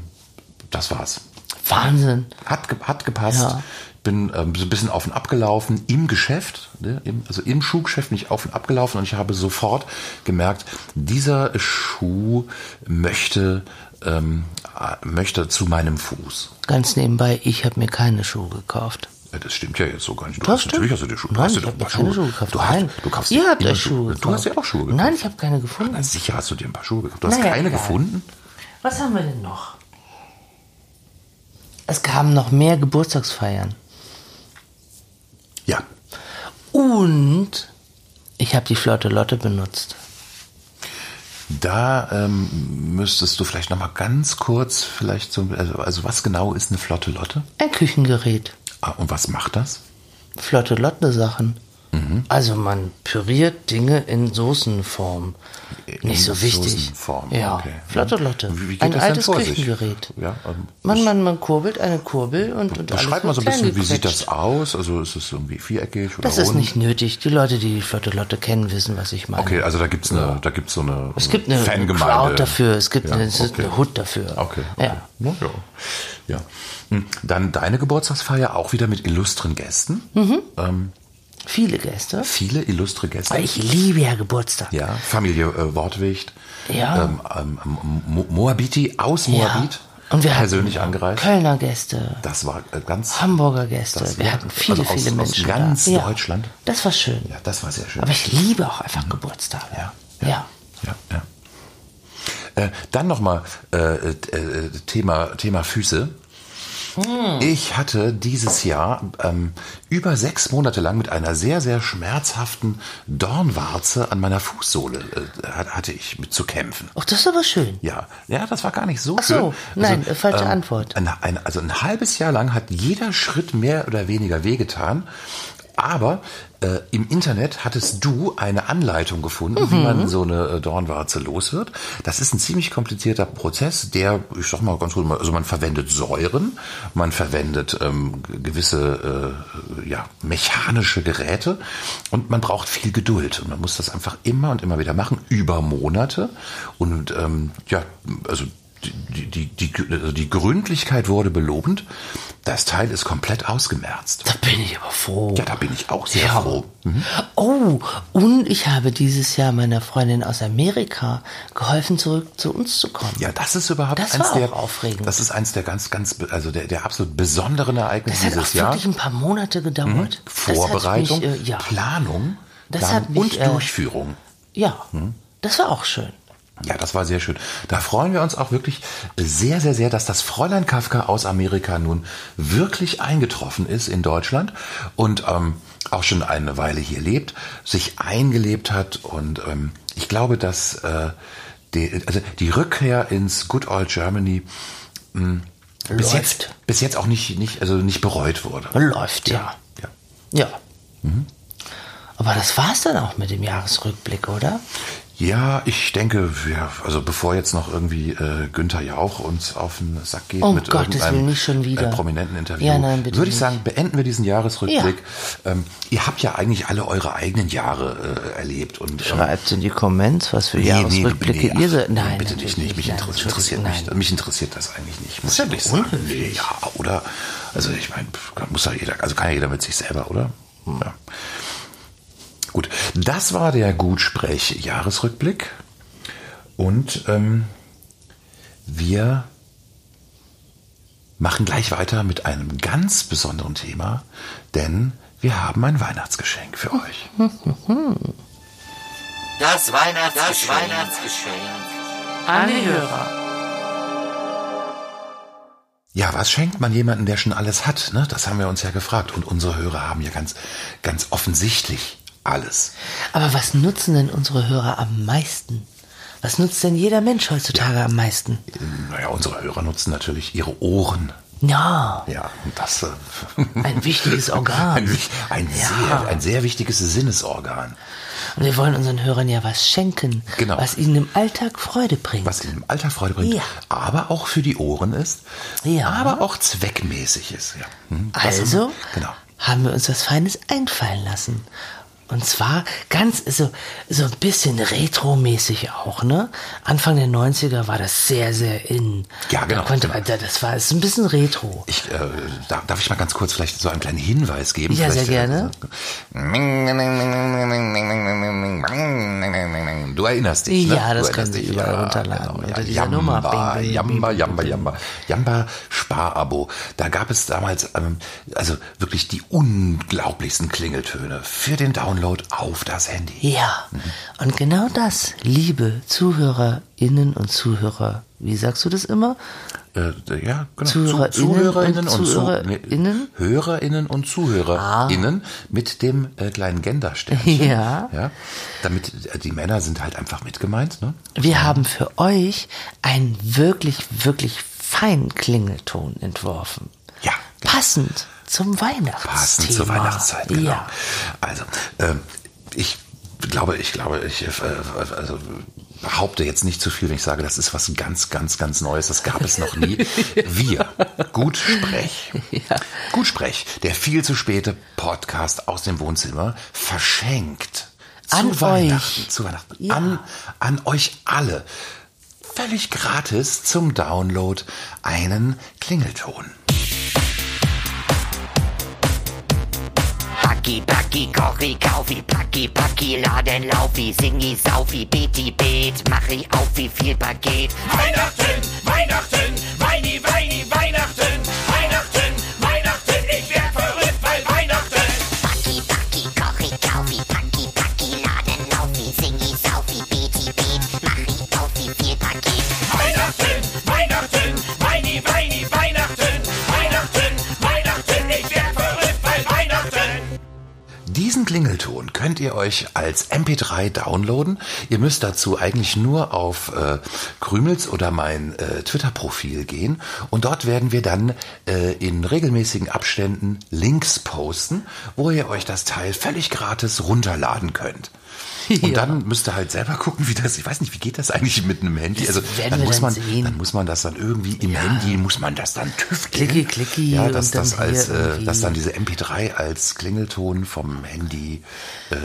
S3: das war's.
S2: Wahnsinn.
S3: Hat, ge- hat gepasst.
S2: Ja.
S3: Bin ähm, so ein bisschen auf und abgelaufen im Geschäft, ne, im, also im Schuhgeschäft bin ich auf und abgelaufen und ich habe sofort gemerkt, dieser Schuh möchte, ähm, äh, möchte zu meinem Fuß.
S2: Ganz nebenbei, ich habe mir keine Schuhe gekauft.
S3: Ja, das stimmt ja jetzt so gar nicht. Du
S2: Doch,
S3: hast
S2: stimmt.
S3: natürlich hast du dir Schuhe.
S2: Nein,
S3: hast du
S2: ich
S3: dir
S2: habe mir
S3: mal
S2: keine Schuhe gekauft.
S3: Du hast,
S2: Nein.
S3: du kaufst
S2: Ihr
S3: dir
S2: habt
S3: immer
S2: euch Schuhe
S3: Du hast ja auch Schuhe gekauft.
S2: Nein, ich habe keine gefunden.
S3: Na, sicher hast du dir ein paar Schuhe gekauft. Du hast
S2: Naja,
S3: keine
S2: egal.
S3: gefunden?
S2: Was haben wir denn noch? Es kamen noch mehr Geburtstagsfeiern.
S3: Ja.
S2: Und ich habe die Flotte Lotte benutzt.
S3: Da ähm, müsstest du vielleicht noch mal ganz kurz vielleicht so, also, also was genau ist eine flotte Lotte?
S2: Ein Küchengerät.
S3: Ah, und was macht das?
S2: Flotte Lotte Sachen.
S3: Mhm.
S2: Also man püriert Dinge in Soßenform.
S3: In
S2: Nicht so wichtig.
S3: Soßenform,
S2: Ja,
S3: okay.
S2: Flotte Lotte.
S3: Wie- wie geht
S2: ein
S3: das denn
S2: altes
S3: vor sich?
S2: Küchengerät.
S3: Ja, ähm,
S2: man, man, man kurbelt eine Kurbel und, und alles
S3: Beschreib mal
S2: wird
S3: so ein bisschen, wie
S2: klein
S3: sieht
S2: gequetscht.
S3: das aus? Also ist es irgendwie viereckig oder
S2: Das ist
S3: rund?
S2: nicht nötig. Die Leute, die die Flotte Lotte kennen, wissen, was ich meine.
S3: Okay, also da gibt's eine, da gibt's so eine
S2: Es gibt eine
S3: Fangemeinde.
S2: Crowd dafür, es gibt
S3: Ja,
S2: eine, es ist
S3: okay.
S2: eine Hood dafür.
S3: Okay. okay.
S2: Ja.
S3: Na Ja. ja. Hm, Dann deine Geburtstagsfeier auch wieder mit illustren Gästen. Ähm,
S2: Viele Gäste.
S3: viele illustre Gäste.
S2: Weil Mhm. Ah, ich liebe ja Geburtstag.
S3: Ja, Familie äh, Wortwicht.
S2: Ja.
S3: Ähm, ähm, Mo Moabiti aus Moabit.
S2: Und wir hatten
S3: persönlich angereist.
S2: Kölner Gäste,
S3: Das war äh, ganz.
S2: Hamburger Gäste.
S3: Das-
S2: wir
S3: ja.
S2: hatten viele,
S3: Also aus-
S2: viele
S3: aus
S2: Menschen.
S3: ganz
S2: da. Ja.
S3: Deutschland.
S2: Das war schön.
S3: Ja, das war sehr schön. Mhm.
S2: Aber ich liebe auch einfach Geburtstag.
S3: Ja,
S2: Ja.
S3: ja, ja. Äh, dann nochmal äh, äh, Thema, Thema Füße.
S2: Hm.
S3: Ich hatte dieses Jahr ähm, über sechs Monate lang mit einer sehr, sehr schmerzhaften Dornwarze an meiner Fußsohle äh, hat- hatte ich mit zu kämpfen.
S2: Ach, Oh, das ist aber schön.
S3: Ja, ja, das war gar nicht so
S2: Ach so,
S3: schön. Also, ähm,
S2: nein, äh, falsche Antwort.
S3: Ein, ein, also ein halbes Jahr lang hat jeder Schritt mehr oder weniger wehgetan. Aber äh, im Internet hattest du eine Anleitung gefunden, wie man so eine äh, Dornwarze los wird. Das ist ein ziemlich komplizierter Prozess, der, ich sag mal ganz gut, also man verwendet Säuren, man verwendet ähm, g- gewisse äh, ja, mechanische Geräte und man braucht viel Geduld. Und man muss das einfach immer und immer wieder machen, über Monate. Und ähm, ja, also die, die, die, also die Gründlichkeit wurde belobend. Das Teil ist komplett ausgemerzt.
S2: Da bin ich aber froh.
S3: Ja, da bin ich auch sehr
S2: Ja.
S3: froh.
S2: Oh, und ich habe dieses Jahr meiner Freundin aus Amerika geholfen, zurück zu uns zu kommen.
S3: Ja, das ist überhaupt
S2: Das
S3: eins
S2: war
S3: der
S2: auch aufregend.
S3: Das ist eins der ganz, ganz, be- also der, der absolut besonderen Ereignisse
S2: Das hat
S3: dieses
S2: auch
S3: Jahr. Hm?
S2: wirklich ein paar Monate gedauert. Das hat
S3: Vorbereitung,
S2: mich, äh, ja.
S3: Planung
S2: Das
S3: dann
S2: hat mich,
S3: und
S2: äh,
S3: Durchführung.
S2: Ja,
S3: Hm?
S2: das war auch schön.
S3: Ja, das war sehr schön. Da freuen wir uns auch wirklich sehr, sehr, sehr, dass das Fräulein Kafka aus Amerika nun wirklich eingetroffen ist in Deutschland und ähm, auch schon eine Weile hier lebt, sich eingelebt hat und ähm, ich glaube, dass äh, die, also die Rückkehr ins Good Old Germany mh,
S2: Läuft.
S3: bis jetzt, bis jetzt auch nicht, nicht, also nicht bereut wurde.
S2: Läuft, ja.
S3: Ja.
S2: Ja.
S3: Mhm.
S2: Aber das war's dann auch mit dem Jahresrückblick, oder?
S3: Ja, ich denke, wir, also bevor jetzt noch irgendwie äh, Günther Jauch uns auf den Sack geht
S2: Um
S3: mit
S2: Gottes
S3: irgendeinem
S2: Willen, nicht schon wieder.
S3: Äh, prominenten Interview,
S2: Ja, nein, bitte
S3: würde ich
S2: nicht.
S3: sagen, beenden wir diesen Jahresrückblick. Ähm, ihr habt ja eigentlich alle eure eigenen Jahre äh, erlebt und ähm,
S2: Schreibt's in die Comments, was für Jahresrückblicke ihr seid.
S3: Nein, bitte
S2: natürlich
S3: nicht, nicht. Mich
S2: Nein,
S3: interessiert,
S2: natürlich
S3: interessiert mich,
S2: nein.
S3: mich interessiert das eigentlich nicht. Muss
S2: ja
S3: ich
S2: doch
S3: nicht sagen. Nee,
S2: unhöflich.
S3: ja, oder? Also ich meine, muss ja jeder, also kann ja jeder mit sich selber, oder? Hm, Ja. Gut, das war der Gutsprech-Jahresrückblick. Und ähm, wir machen gleich weiter mit einem ganz besonderen Thema, denn wir haben ein Weihnachtsgeschenk für euch.
S6: Das Weihnachts das Weihnachtsgeschenk.
S3: Ja, was schenkt man jemandem, der schon alles hat? Ne? Das haben wir uns ja gefragt. Und unsere Hörer haben ja ganz, ganz offensichtlich alles.
S2: Aber was nutzen denn unsere Hörer am meisten? Was nutzt denn jeder Mensch heutzutage am meisten?
S3: Naja, unsere Hörer nutzen natürlich ihre Ohren.
S2: Ja,
S3: Ja, und das äh,
S2: ein wichtiges
S3: ein,
S2: Organ.
S3: wich- ein, sehr, ein sehr wichtiges Sinnesorgan,
S2: Und wir wollen unseren Hörern ja was schenken,
S3: Genau.
S2: was ihnen im Alltag Freude bringt.
S3: was ihnen im Alter Freude bringt,
S2: Ja.
S3: aber auch für die Ohren ist,
S2: Ja.
S3: aber auch zweckmäßig ist. Ja. Hm, das
S2: Also
S3: Haben, genau.
S2: haben wir uns was Feines einfallen lassen. Und zwar ganz so, so ein bisschen retromäßig auch, ne? Anfang der 90er war das sehr, sehr in.
S3: Ja, genau,
S2: Da konnte
S3: genau.
S2: man, da- das war ist ein bisschen retro.
S3: Ich, äh, da- darf ich mal ganz kurz vielleicht so einen kleinen Hinweis geben?
S2: Ja, sehr
S3: vielleicht, äh,
S2: gerne.
S3: Du erinnerst dich, ne?
S2: Ja, das
S3: du
S2: können
S3: erinnerst
S2: Sie
S3: dich, genau.
S2: überall runterladen, unter dieser
S3: Jamba,
S2: Nummer. Bing, bing,
S3: Jamba,
S2: bing,
S3: Jamba, Jamba. Jamba Sparabo. Da gab es damals ähm, also wirklich die unglaublichsten Klingeltöne für den Download auf das Handy.
S2: Ja. Und genau das, liebe Zuhörerinnen und Zuhörer, wie sagst du das immer?
S3: Äh, ja, genau.
S2: Zuhörerinnen
S3: Zu- Zuhörerinnen
S2: und
S3: und, Zuhörer
S2: Zuhörerinnen? Ah.
S3: Hörerinnen und Zuhörerinnen mit dem äh, kleinen Gendersternchen.
S2: Ja.
S3: ja. Damit äh, die Männer sind halt einfach mit gemeint, ne?
S2: Wir haben für euch einen wirklich, wirklich feinen Klingelton entworfen.
S3: Ja.
S2: Passend zum Weihnachtsthema.
S3: Genau. Passend zur Weihnachtszeit, genau.
S2: Ja.
S3: Also, ähm, ich glaube, ich glaube, ich äh, also behaupte jetzt nicht zu viel, wenn ich sage, das ist was ganz, ganz, ganz Neues. Das gab es noch nie. Wir, gut sprech, gut sprech, der viel zu späte Podcast aus dem Wohnzimmer verschenkt
S2: An
S3: zu Weihnachten,
S2: euch.
S3: zu Weihnachten,
S2: Ja.
S3: an, an euch alle, völlig gratis zum Download einen Klingelton.
S6: Packi, Packi, Kochi, Kaufi, Packi, Packi, Laden, Laufi, Singi, Saufi, Beti, Bet, Machi, auf wie viel Paket.
S7: Weihnachten, Weihnachten, Weini, Weini, Weihnachten, Weihnachten, Weihnachten, ich werd verrückt bei Weihnachten.
S6: Packi, Packi, Kochi, Kaufi, Packi, Packi, Laden, Laufi, Singi, Saufi, Beti, Bet, Machi, auf wie viel Paket.
S7: Weihnachten, Weihnachten, Weini, Weini, Weihnachten, Weihnachten, Weihnachten, ich werd verrückt bei Weihnachten.
S3: Diesen Klingelton könnt ihr euch als MP3 downloaden. Ihr müsst dazu eigentlich nur auf äh, Krümels oder mein äh, Twitter-Profil gehen und dort werden wir dann äh, in regelmäßigen Abständen Links posten, wo ihr euch das Teil völlig gratis runterladen könnt. Und dann müsst ihr halt selber gucken, wie das, ich weiß nicht, wie geht das eigentlich mit einem Handy? Also,
S2: werden
S3: dann
S2: wir
S3: muss
S2: dann
S3: man,
S2: sehen.
S3: dann muss man das dann irgendwie im Handy, muss man das dann tüfteln.
S2: Klicki, klicki
S3: Ja,
S2: und
S3: dass
S2: dann
S3: das als,
S2: hier
S3: äh,
S2: irgendwie.
S3: dass dann diese MP3 als Klingelton vom Handy äh,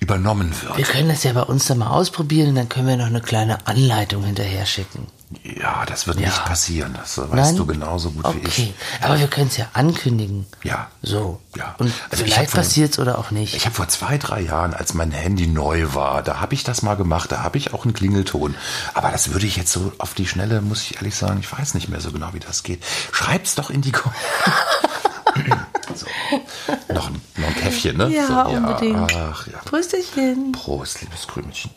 S3: übernommen
S2: Wir
S3: wird.
S2: können das ja bei uns dann mal ausprobieren und dann können wir noch eine kleine Anleitung hinterher schicken.
S3: Ja, das wird nicht passieren. Das weißt
S2: Nein?
S3: du genauso gut
S2: okay.
S3: wie ich.
S2: Aber wir können es ja ankündigen.
S3: Ja.
S2: So.
S3: Ja.
S2: Und
S3: Also ich hab
S2: vielleicht
S3: von-
S2: passiert es oder auch nicht.
S3: Ich habe vor zwei, drei Jahren, als mein Handy neu war, da habe ich das mal gemacht, da habe ich auch einen Klingelton. Aber das würde ich jetzt so auf die Schnelle, muss ich ehrlich sagen, ich weiß nicht mehr so genau, wie das geht. Schreib's doch in die Kom so. noch, ein, noch ein Käffchen, ne?
S2: Ja,
S3: so,
S2: unbedingt.
S3: Ach, ja.
S2: Prösterchen.
S3: Prost, liebes Krümelchen.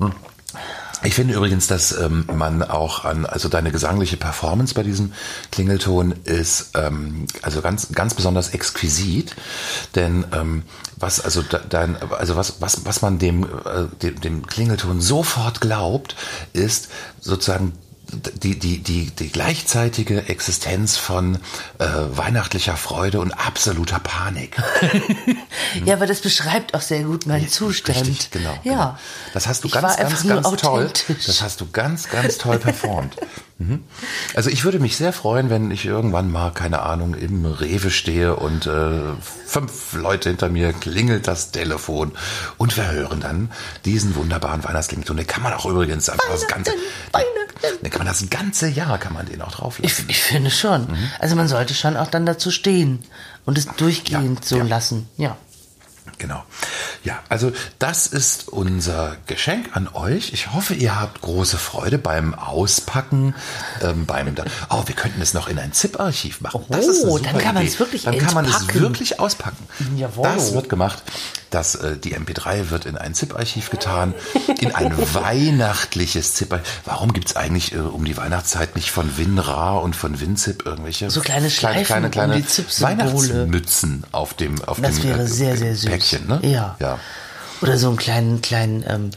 S3: Hm. Ich finde übrigens, dass ähm, man auch an, also deine gesangliche Performance bei diesem Klingelton ist ähm, also ganz, ganz besonders exquisit, denn ähm, was also de- dein, also was, was, was man dem, äh, dem, dem Klingelton sofort glaubt, ist sozusagen die, die, die, die gleichzeitige Existenz von äh, weihnachtlicher Freude und absoluter Panik.
S2: Ja, aber das beschreibt auch sehr gut meinen Zustand.
S3: Richtig, genau.
S2: Ja.
S3: genau. Das hast du
S2: Ich war
S3: ganz,
S2: einfach
S3: ganz,
S2: nur
S3: ganz toll.
S2: authentisch.
S3: Das hast du ganz, ganz toll performt. Mhm. Also ich würde mich sehr freuen, wenn ich irgendwann mal, keine Ahnung, im Rewe stehe und äh, fünf Leute hinter mir klingelt das Telefon und wir hören dann diesen wunderbaren Weihnachtsklingelton. Den kann man auch übrigens einfach das ganze,
S2: Weihnachten.
S3: den kann man das ganze Jahr kann man den auch drauflassen.
S2: Ich, ich finde schon.
S3: Mhm.
S2: Also man sollte schon auch dann dazu stehen und es durchgehend
S3: Ja,
S2: so
S3: ja.
S2: lassen. Ja.
S3: Genau. Ja, also das ist unser Geschenk an euch. Ich hoffe, ihr habt große Freude beim Auspacken, ähm, beim Oh, wir könnten es noch in ein ZIP-Archiv machen. das ist eine
S2: Oh,
S3: super
S2: dann kann man
S3: Idee.
S2: es wirklich
S3: Dann kann man es
S2: entpacken.
S3: wirklich auspacken.
S2: Jawohl.
S3: Das wird gemacht. Das, äh, die MP3 wird in ein ZIP-Archiv getan, in ein weihnachtliches ZIP-Archiv. Warum gibt es eigentlich äh, um die Weihnachtszeit nicht von WinRAR und von WinZip irgendwelche
S2: So kleine Schleifen
S3: kleine,
S2: um
S3: kleine,
S2: die ZIP-Symbole.
S3: Weihnachtsmützen auf dem auf
S2: Das
S3: dem,
S2: wäre
S3: äh,
S2: sehr, sehr süß.
S3: Päckchen, ne?
S2: Ja. Oder so einen kleinen, kleinen ähm,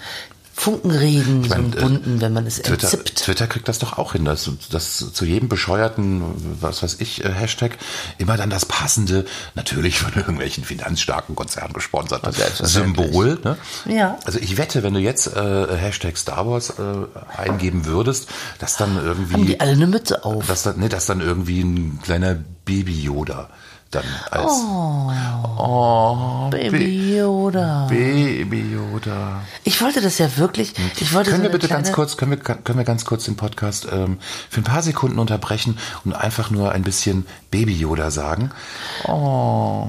S2: Funkenregen,
S3: meine,
S2: so einen bunten,
S3: äh,
S2: wenn man es
S3: Twitter,
S2: entzippt.
S3: Twitter kriegt das doch auch hin, dass, dass zu jedem bescheuerten, was weiß ich, äh, Hashtag immer dann das passende, natürlich von irgendwelchen finanzstarken Konzernen gesponserte Symbol. Ne?
S2: Ja.
S3: Also ich wette, wenn du jetzt äh, Hashtag Star Wars äh, eingeben würdest, dass dann
S2: Haben
S3: irgendwie, ne,
S2: die alle eine Mütze auf?
S3: dass dann, nee, dass dann irgendwie ein kleiner Baby Yoda dann als
S2: Oh.
S3: Oh,
S2: Baby Yoda.
S3: Baby Yoda.
S2: Ich wollte das ja wirklich. Ich wollte so
S3: Hm. Können wir
S2: eine
S3: bitte ganz
S2: kleine-
S3: kurz, können wir, können wir ganz kurz den Podcast ähm, für ein paar Sekunden unterbrechen und einfach nur ein bisschen Baby Yoda sagen?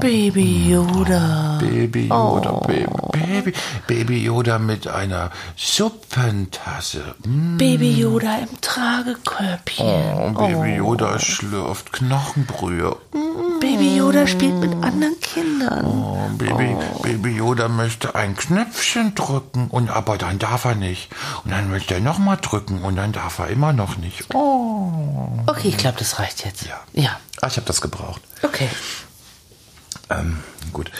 S2: Baby Yoda.
S3: Baby
S2: Oh.
S3: Yoda, Baby, Baby, Baby Yoda mit einer Suppentasse. Mm,
S2: Baby Yoda im Tragekörbchen.
S3: Oh, Baby Yoda schlürft Knochenbrühe.
S2: Baby Yoda spielt mit anderen Kindern.
S3: Oh, Baby, Baby Yoda möchte ein Knöpfchen drücken und aber dann darf er nicht. Und dann möchte er nochmal drücken und dann darf er immer noch nicht. Oh.
S2: Okay, ich glaube, das reicht jetzt.
S3: Ja.
S2: Ja.
S3: Ah, ich habe das gebraucht.
S2: Okay.
S3: Ähm, gut.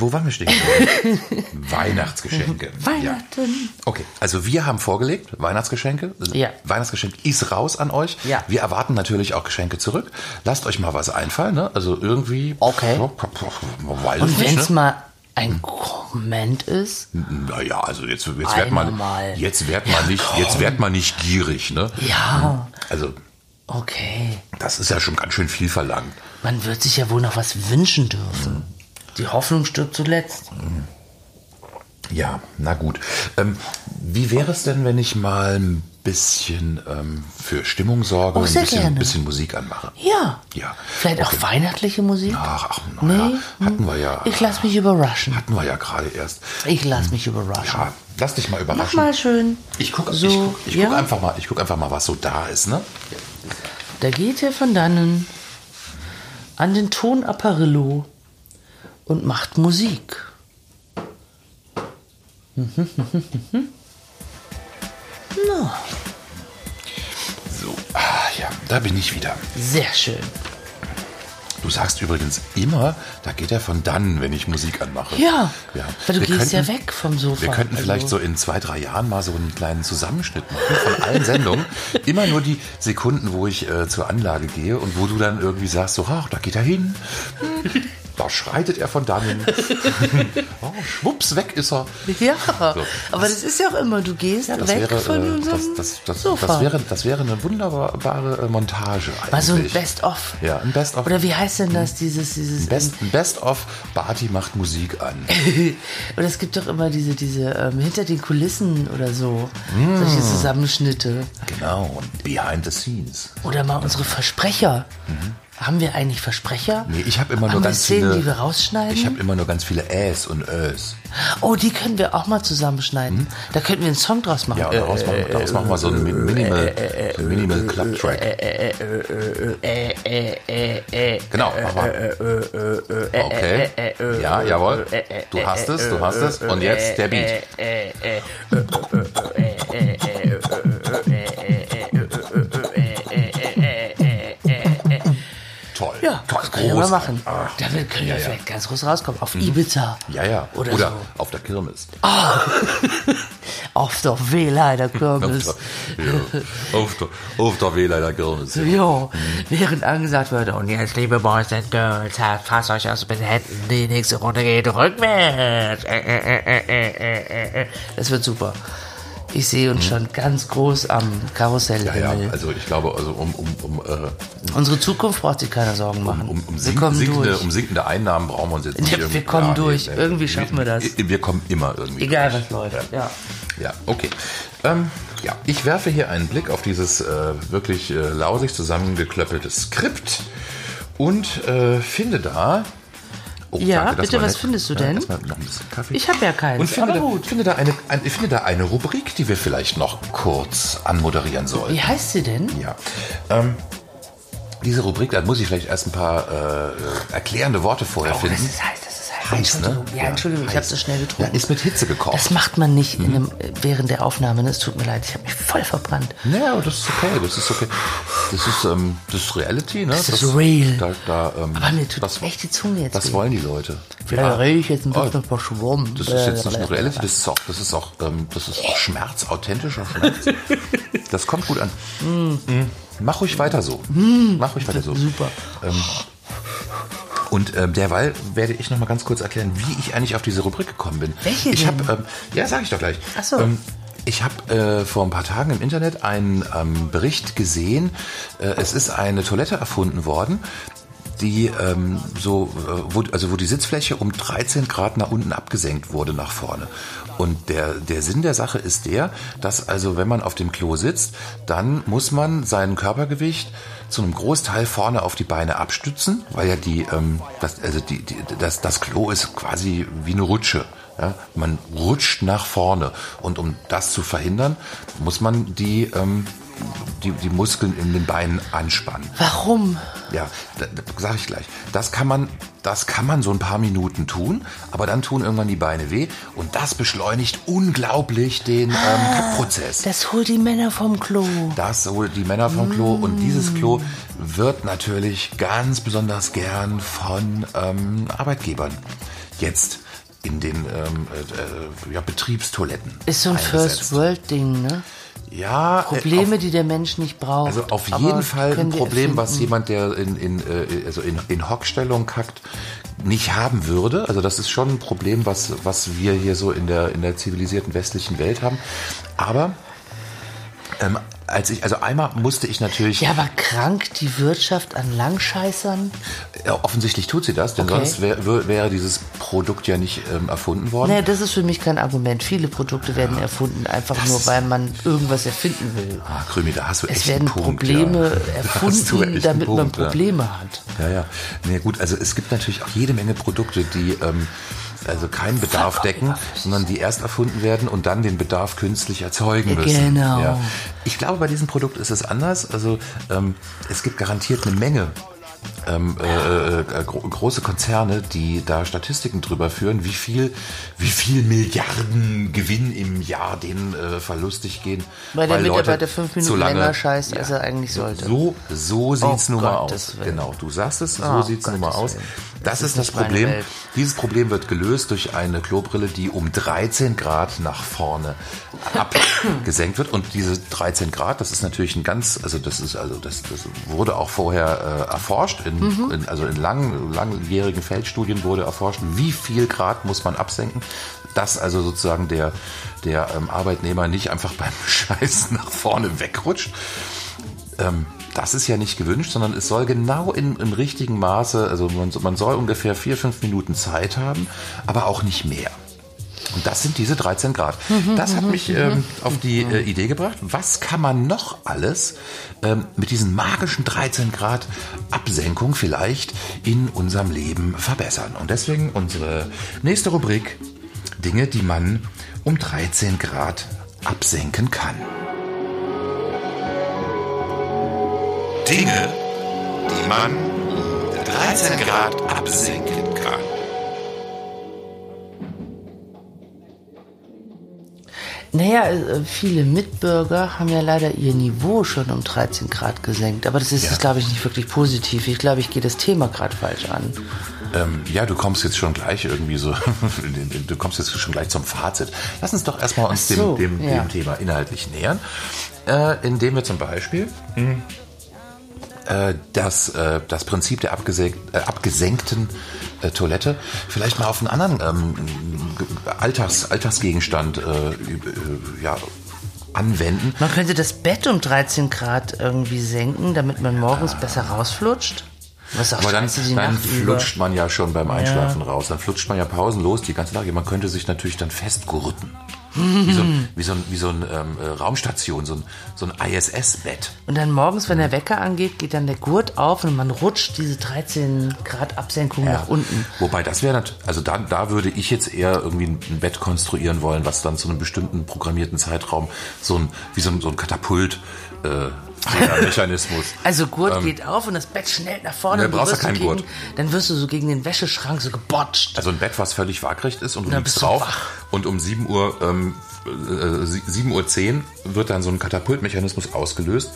S3: Wo waren wir stehen? geblieben? Weihnachtsgeschenke.
S2: Weihnachten.
S3: Ja. Okay, also wir haben vorgelegt, Weihnachtsgeschenke.
S2: Ja.
S3: Weihnachtsgeschenk ist raus an euch.
S2: Ja.
S3: Wir erwarten natürlich auch Geschenke zurück. Lasst euch mal was einfallen, ne? Also irgendwie.
S2: Okay.
S3: Ja, Man weiß es
S2: Und wenn
S3: nicht,
S2: es
S3: ne?
S2: mal ein Komment ist,
S3: Naja, also jetzt, jetzt wird man.
S2: Einmal.
S3: Jetzt wird man nicht, jetzt wird man nicht gierig, ne?
S2: ja,
S3: Also,
S2: okay.
S3: das ist ja schon ganz schön viel verlangt.
S2: Man wird sich ja wohl noch was wünschen dürfen.
S3: Mhm.
S2: Die Hoffnung stirbt zuletzt.
S3: Ja, na gut. Ähm, wie wäre es denn, wenn ich mal ein bisschen ähm, für Stimmung sorge
S2: Oh,
S3: und ein
S2: sehr
S3: bisschen,
S2: gerne.
S3: bisschen Musik anmache?
S2: Ja.
S3: Ja.
S2: Vielleicht auch weihnachtliche Musik?
S3: Ach, ach
S2: Nee,
S3: na, ja. hatten
S2: hm.
S3: wir ja.
S2: Ich lass mich überraschen.
S3: Hatten wir ja gerade erst.
S2: Ich lass mich überraschen.
S3: Ja, lass dich mal
S2: Mach
S3: überraschen.
S2: mal schön.
S3: Ich gucke
S2: so,
S3: ich guck, ich
S2: ja,
S3: guck einfach, mal- ich guck einfach mal, was so da ist, ne?
S2: Da geht er von dannen an den Ton Apparillo und macht Musik.
S3: So, ah, ja, da bin ich wieder.
S2: Sehr schön.
S3: Du sagst übrigens immer, da geht er von dann, wenn ich Musik anmache.
S2: Ja,
S3: ja.
S2: weil du
S3: Wir
S2: gehst ja
S3: könnten-
S2: weg vom Sofa.
S3: Wir könnten
S2: Also-
S3: vielleicht so in zwei, drei Jahren mal so einen kleinen Zusammenschnitt machen von allen Sendungen. Immer nur die Sekunden, wo ich äh, zur Anlage gehe und wo du dann irgendwie sagst, so, ach, da geht er hin. Hm, Da schreitet er von dannen. Oh, schwupps, weg ist er.
S2: Ja,
S3: So.
S2: aber das ist ja auch immer, du gehst
S3: Das
S2: weg
S3: wäre,
S2: von
S3: äh,
S2: unserem
S3: das, das, das,
S2: Sofa.
S3: das, wäre, das wäre eine wunderbare äh, Montage eigentlich.
S2: Mal so ein Best-of.
S3: Ja, ein Best-of.
S2: Oder wie heißt denn das, dieses, dieses...
S3: Best, Best of Barty macht Musik an.
S2: Oder es gibt doch immer diese, diese ähm, hinter den Kulissen oder so,
S3: Mm.
S2: solche Zusammenschnitte.
S3: Genau, und behind the scenes.
S2: Oder mal unsere Versprecher. Haben wir eigentlich Versprecher?
S3: Mhm. Nee, ich habe immer
S2: Haben
S3: nur
S2: wir
S3: ganz
S2: Szenen,
S3: viele.
S2: die wir rausschneiden?
S3: Ich habe immer nur ganz viele Äs und Ös.
S2: oh, die können wir auch mal zusammenschneiden. Da könnten wir einen Song draus machen.
S3: Mhm. Ja, und daraus, machen, daraus machen wir so einen Mi- Minimal, so einen Minimal Club Track. genau, mach mal. Okay. Ja, jawohl. Du hast es, du hast es. Und jetzt der Beat. Toll.
S2: Ja,
S3: Toll,
S2: das können wir
S3: großartig. Ah.
S2: machen.
S3: Ach,
S2: Damit können
S3: ja,
S2: wir
S3: ja.
S2: vielleicht ganz groß rauskommen.
S3: Mhm.
S2: Auf Ibiza.
S3: Ja, ja.
S2: Oder,
S3: Oder,
S2: so.
S3: auf der Kirmes.
S2: Auf der WLA der Kirmes.
S3: Auf der, ja, auf der, auf der WLAN der Kirmes. ja.
S2: Jo, während angesagt wird, und jetzt liebe Boys and Girls,
S4: Deshalb fasst euch aus mit Händen, die nächste Runde geht rückwärts. Äh, äh, äh, äh, äh, äh, äh.
S2: das wird super. Ich sehe uns schon ganz groß am Karussell.
S3: Ja, ja, also ich glaube, also um, um, um, äh,
S2: Unsere Zukunft braucht sich keiner Sorgen machen.
S3: um, um,
S2: wir
S3: sink,
S2: kommen
S3: sinkende,
S2: durch.
S3: um sinkende Einnahmen brauchen wir uns jetzt nicht.
S2: Ja, wir
S3: irgendwie-
S2: kommen durch. Irgendwie
S3: wir-
S2: schaffen wir das.
S3: Wir, wir kommen immer irgendwie
S2: Egal
S3: durch.
S2: was läuft. Ja.
S3: Ja, okay. Ähm, ja, ich werfe hier einen Blick auf dieses äh, wirklich äh, lausig zusammengeklöppelte Skript und äh, finde da. Oh,
S2: Ja,
S3: das
S2: bitte,
S3: war
S2: was findest du
S3: Äh,
S2: denn?
S3: erstmal noch ein bisschen Kaffee.
S2: Ich hab ja keinen,
S3: Und finde,
S2: aber
S3: da,
S2: gut.
S3: Finde da eine, ein, ich finde da eine Rubrik, die wir vielleicht noch kurz anmoderieren sollten.
S2: Wie heißt sie denn? Oh,
S3: Ja. Ähm, diese Rubrik, da muss ich vielleicht erst ein paar äh, erklärende Worte vorher
S2: Oh,
S3: finden.
S2: das ist heiß, das ist heiß.
S3: Heiß, ne?
S2: Entschuldigung. Ja, Entschuldigung, ich
S3: heiß.
S2: habe so schnell
S3: Ja,
S2: getrunken.
S3: ist Mhm. mit Hitze gekocht.
S2: das macht man nicht in dem, während der Aufnahme. Ne? Es tut mir leid, ich habe mich voll verbrannt.
S3: Naja, aber das ist okay, das ist okay. Das ist, ähm, das ist Reality, ne?
S2: Das ist real.
S3: Da, da, ähm,
S2: Aber mir tut echt die Zunge jetzt
S3: Das
S2: weh.
S3: wollen die Leute.
S2: Vielleicht rede ich jetzt ein bisschen
S3: Oh,
S2: verschwommen. Äh,
S3: Das ist jetzt nicht nur Reality, das ist auch, das ist auch, ähm, das ist auch Schmerz, authentischer Schmerz. das kommt gut an.
S2: Mm.
S3: Mhm. Mach ruhig weiter so. Mach ruhig weiter so. Super. Ähm, und ähm, derweil werde ich noch mal ganz kurz erklären, wie ich eigentlich auf diese Rubrik gekommen bin.
S2: Welche
S3: Ich
S2: denn?
S3: habe, ähm, ja, sage ich doch gleich.
S2: Ach so.
S3: Ähm, ich habe äh, vor ein paar Tagen im Internet einen ähm, Bericht gesehen. Äh, es ist eine Toilette erfunden worden, die ähm, so, äh, wo, also wo die Sitzfläche um 13 Grad nach unten abgesenkt wurde nach vorne. Und der, der Sinn der Sache ist der, dass also wenn man auf dem Klo sitzt, dann muss man sein Körpergewicht zu einem Großteil vorne auf die Beine abstützen, weil ja die, ähm, das, also die, die, das, das Klo ist quasi wie eine Rutsche. Ja, man rutscht nach vorne. Und um das zu verhindern, muss man die, ähm, die, die Muskeln in den Beinen anspannen.
S2: Warum?
S3: Ja, sage ich gleich. Das kann man, das kann man so ein paar Minuten tun, aber dann tun irgendwann die Beine weh und das beschleunigt unglaublich den ähm, Prozess.
S2: Ah. Das holt die Männer vom Klo.
S3: Das holt die Männer vom Klo und
S2: Mm.
S3: dieses Klo wird natürlich ganz besonders gern von ähm, Arbeitgebern jetzt in den ähm, äh, äh, ja, Betriebstoiletten.
S2: Ist so ein
S3: eingesetzt.
S2: First-World-Ding, ne?
S3: Ja, äh, auf-
S2: Probleme, die der Mensch nicht braucht.
S3: Also auf
S2: Aber
S3: jeden Fall ein
S2: können wir
S3: Problem, was
S2: erfinden.
S3: jemand, der in, in, äh, also in, in Hockstellung kackt, nicht haben würde. Also das ist schon ein Problem, was, was wir hier so in der, in der zivilisierten westlichen Welt haben. Aber ähm, als ich, also einmal musste ich natürlich,
S2: Ja, aber krank die Wirtschaft an Langscheißern?
S3: äh, offensichtlich tut sie das, denn
S2: Okay.
S3: sonst wär, wär, wäre dieses Produkt ja nicht ähm, erfunden worden.
S2: Naja, das ist für mich kein Argument. Viele Produkte werden erfunden, einfach nur weil man irgendwas erfinden will.
S3: Ah, Krümi, da hast du echt
S2: Es werden
S3: einen Punkt,
S2: Probleme
S3: ja. Da hast
S2: erfunden,
S3: du echt einen
S2: damit man
S3: Punkt, ja.
S2: Probleme hat.
S3: Ja, ja. Na gut, also es gibt natürlich auch jede Menge Produkte, die ähm, also keinen Bedarf decken, sondern die erst erfunden werden und dann den Bedarf künstlich erzeugen müssen.
S2: Genau.
S3: Ja. Ich glaube, bei diesem Produkt ist es anders. Also ähm, es gibt garantiert eine Menge. Ähm, äh, äh, gro große Konzerne, die da Statistiken drüber führen, wie viel, wie viel Milliarden Gewinn im Jahr denen äh, verlustig gehen.
S2: Weil der
S3: Leute
S2: Mitarbeiter fünf
S3: zu
S2: Minuten
S3: lange-
S2: länger scheißt, als er eigentlich sollte.
S3: so, so sieht's
S2: Oh,
S3: nun mal
S2: Gottes
S3: aus.
S2: Willen.
S3: Genau, du sagst es, so
S2: Oh,
S3: sieht's nun mal
S2: Gottes
S3: aus.
S2: Willen.
S3: Das,
S2: Das
S3: ist,
S2: ist
S3: das
S2: nicht meine
S3: Problem.
S2: Welt.
S3: Dieses Problem wird gelöst durch eine Klobrille, die um 13 Grad nach vorne abgesenkt wird. Und diese 13 Grad, das ist natürlich ein ganz, also das ist, also das, das wurde auch vorher äh, erforscht, in,
S2: Mhm.
S3: in, also in lang, langjährigen Feldstudien wurde erforscht, wie viel Grad muss man absenken, dass also sozusagen der, der ähm, Arbeitnehmer nicht einfach beim Scheiß nach vorne wegrutscht. Ähm, das ist ja nicht gewünscht, sondern es soll genau in, im richtigen Maße, also man, man soll ungefähr vier, fünf Minuten Zeit haben, aber auch nicht mehr. Und das sind diese 13 Grad. Das hat mich ähm, auf die äh, Idee gebracht, was kann man noch alles ähm, mit diesen magischen 13 Grad Absenkung vielleicht in unserem Leben verbessern. Und deswegen unsere nächste Rubrik, Dinge, die man um 13 Grad absenken kann.
S5: Dinge, die man um 13 Grad absenken kann.
S2: Naja, äh, viele Mitbürger haben ja leider ihr Niveau schon um 13 Grad gesenkt. Aber das ist,
S3: Ja.
S2: glaube ich, nicht wirklich positiv. Ich glaube, ich gehe das Thema gerade falsch an.
S3: Ähm, ja, du kommst jetzt schon gleich irgendwie so, du kommst jetzt schon gleich zum Fazit. Lass uns doch erstmal uns
S2: Ach so,
S3: dem, dem,
S2: ja.
S3: dem Thema inhaltlich nähern, äh, indem wir zum Beispiel
S2: Mhm.
S3: äh, das, äh, das Prinzip der abgesenk äh, abgesenkten äh, Toilette vielleicht mal auf einen anderen ähm, Ge- Alltags Alltagsgegenstand äh, üb- äh, ja, anwenden.
S2: Man könnte das Bett um 13 Grad irgendwie senken, damit man morgens besser rausflutscht. Was auch
S3: Ah. Aber dann,
S2: scheiße, die
S3: dann
S2: Nacht über.
S3: flutscht man ja schon beim Einschlafen raus. Dann flutscht man ja pausenlos die ganze Lage. Man könnte sich natürlich dann festgurten. Wie so, ein- wie so ein, wie so ein ähm, äh, Raumstation, so ein, so ein ISS-Bett.
S2: Und dann morgens, wenn der Wecker angeht, geht dann der Gurt auf und man rutscht diese 13 Grad Absenkung nach unten.
S3: Wobei das wäre natürlich, also da, da würde ich jetzt eher irgendwie ein ein Bett konstruieren wollen, was dann zu einem bestimmten programmierten Zeitraum so ein, wie so ein, so ein Katapult, äh, Mechanismus.
S2: Also Gurt geht auf und das Bett schnellt nach vorne.
S3: Ne,
S2: und du
S3: Ähm, brauchst ja
S2: wirst so
S3: keinen
S2: gegen,
S3: Gurt.
S2: Dann wirst du so gegen den Wäscheschrank so gebotscht.
S3: Also ein Bett, was völlig waagrecht ist und du
S2: Na,
S3: liegst
S2: bist du
S3: drauf.
S2: wach.
S3: Und um 7 Uhr, ähm, äh, sie- 7 Uhr 10 wird dann so ein Katapultmechanismus ausgelöst.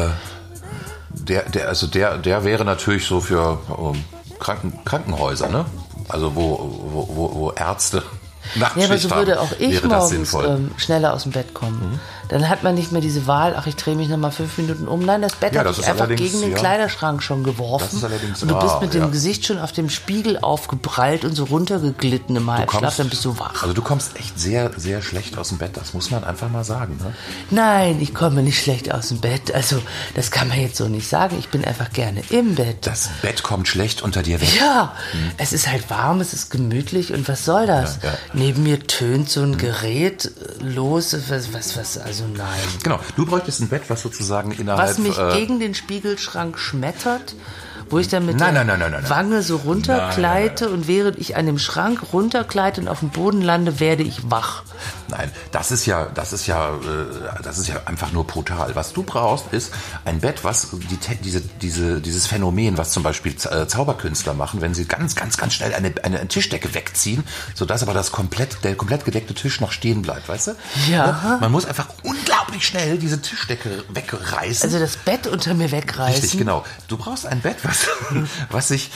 S3: Äh, der, der, also der, der wäre natürlich so für ähm, Kranken, Krankenhäuser, ne? Also wo, wo, wo, wo Ärzte
S2: Nee, aber so
S3: Nachtschicht
S2: würde
S3: haben,
S2: auch ich
S3: wäre das
S2: morgens
S3: sinnvoll. Mhm.
S2: ähm, schneller aus dem Bett kommen. Dann hat man nicht mehr diese Wahl, ach, ich drehe mich nochmal fünf Minuten um. Nein, das Bett
S3: Ja,
S2: hat
S3: das
S2: dich
S3: ist
S2: einfach
S3: allerdings,
S2: gegen den
S3: ja.
S2: Kleiderschrank schon geworfen.
S3: Das ist allerdings
S2: und du bist
S3: wahr,
S2: mit dem
S3: ja.
S2: Gesicht schon auf dem Spiegel aufgeprallt und so runtergeglitten im Halbschlaf, dann bist du wach.
S3: Also du kommst echt sehr, sehr schlecht aus dem Bett. Das muss man einfach mal sagen. Ne?
S2: Nein, ich komme nicht schlecht aus dem Bett. Also, das kann man jetzt so nicht sagen. Ich bin einfach gerne im Bett.
S3: Das Bett kommt schlecht unter dir weg.
S2: Ja, es ist halt warm, es ist gemütlich und was soll das?
S3: Mhm. Ja, Mhm. ja.
S2: Neben mir tönt so ein Gerät äh, los, was, was, was, also nein.
S3: Genau. Du bräuchtest ein Bett, was sozusagen innerhalb...
S2: Was mich
S3: äh,
S2: gegen den Spiegelschrank schmettert, wo ich dann mit
S3: Nein,
S2: der
S3: nein, nein, nein, nein.
S2: Wange so runtergleite und während ich an dem Schrank runtergleite und auf dem Boden lande, werde ich wach.
S3: Nein, das ist ja, das ist ja, äh, das ist ja einfach nur brutal. Was du brauchst, ist ein Bett, was die, Te- diese, diese, dieses Phänomen, was zum Beispiel Z- äh, Zauberkünstler machen, wenn sie ganz, ganz, ganz schnell eine, eine Tischdecke wegziehen, sodass aber das komplett, der komplett gedeckte Tisch noch stehen bleibt, weißt du?
S2: Ja.
S3: Ne? Man muss einfach unglaublich schnell diese Tischdecke wegreißen.
S2: Also das Bett unter mir wegreißen.
S3: Richtig, genau. Du brauchst ein Bett, was, was sich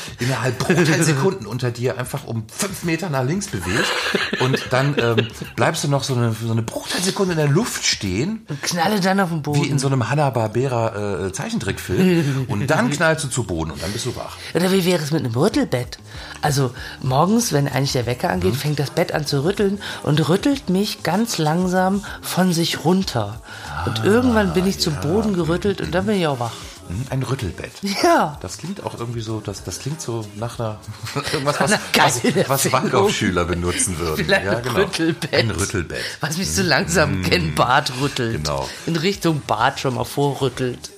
S3: innerhalb brutal Sekunden unter dir einfach um fünf Meter nach links bewegt. Und dann ähm, bleibst du noch so eine, so eine brutal Sekunde in der Luft stehen,
S2: Und knalle dann auf den
S3: wie
S2: Boden.
S3: in so einem Hanna-Barbera äh, Zeichentrickfilm. Und dann knallst du zu Boden und dann bist du wach.
S2: Oder wie wäre es mit einem Rüttelbett? Also morgens, wenn eigentlich der Wecker angeht,
S3: Mhm.
S2: fängt das Bett an zu rütteln und rüttelt mich ganz langsam von sich runter. Und
S3: Ah,
S2: irgendwann bin ich zum Boden gerüttelt und dann bin ich auch wach.
S3: Hm, Ein Rüttelbett.
S2: Ja.
S3: Das klingt auch irgendwie so, das, das klingt so nach einer, irgendwas, was,
S2: Nach
S3: was,
S2: geiler
S3: was
S2: Erfindung.
S3: Waldorfschüler benutzen würden.
S2: Vielleicht
S3: Ja,
S2: ein
S3: genau.
S2: Rüttelbett.
S3: Ein Rüttelbett. Mhm.
S2: Was mich so langsam gen Bad rüttelt.
S3: Genau.
S2: In Richtung Bad schon mal vorrüttelt.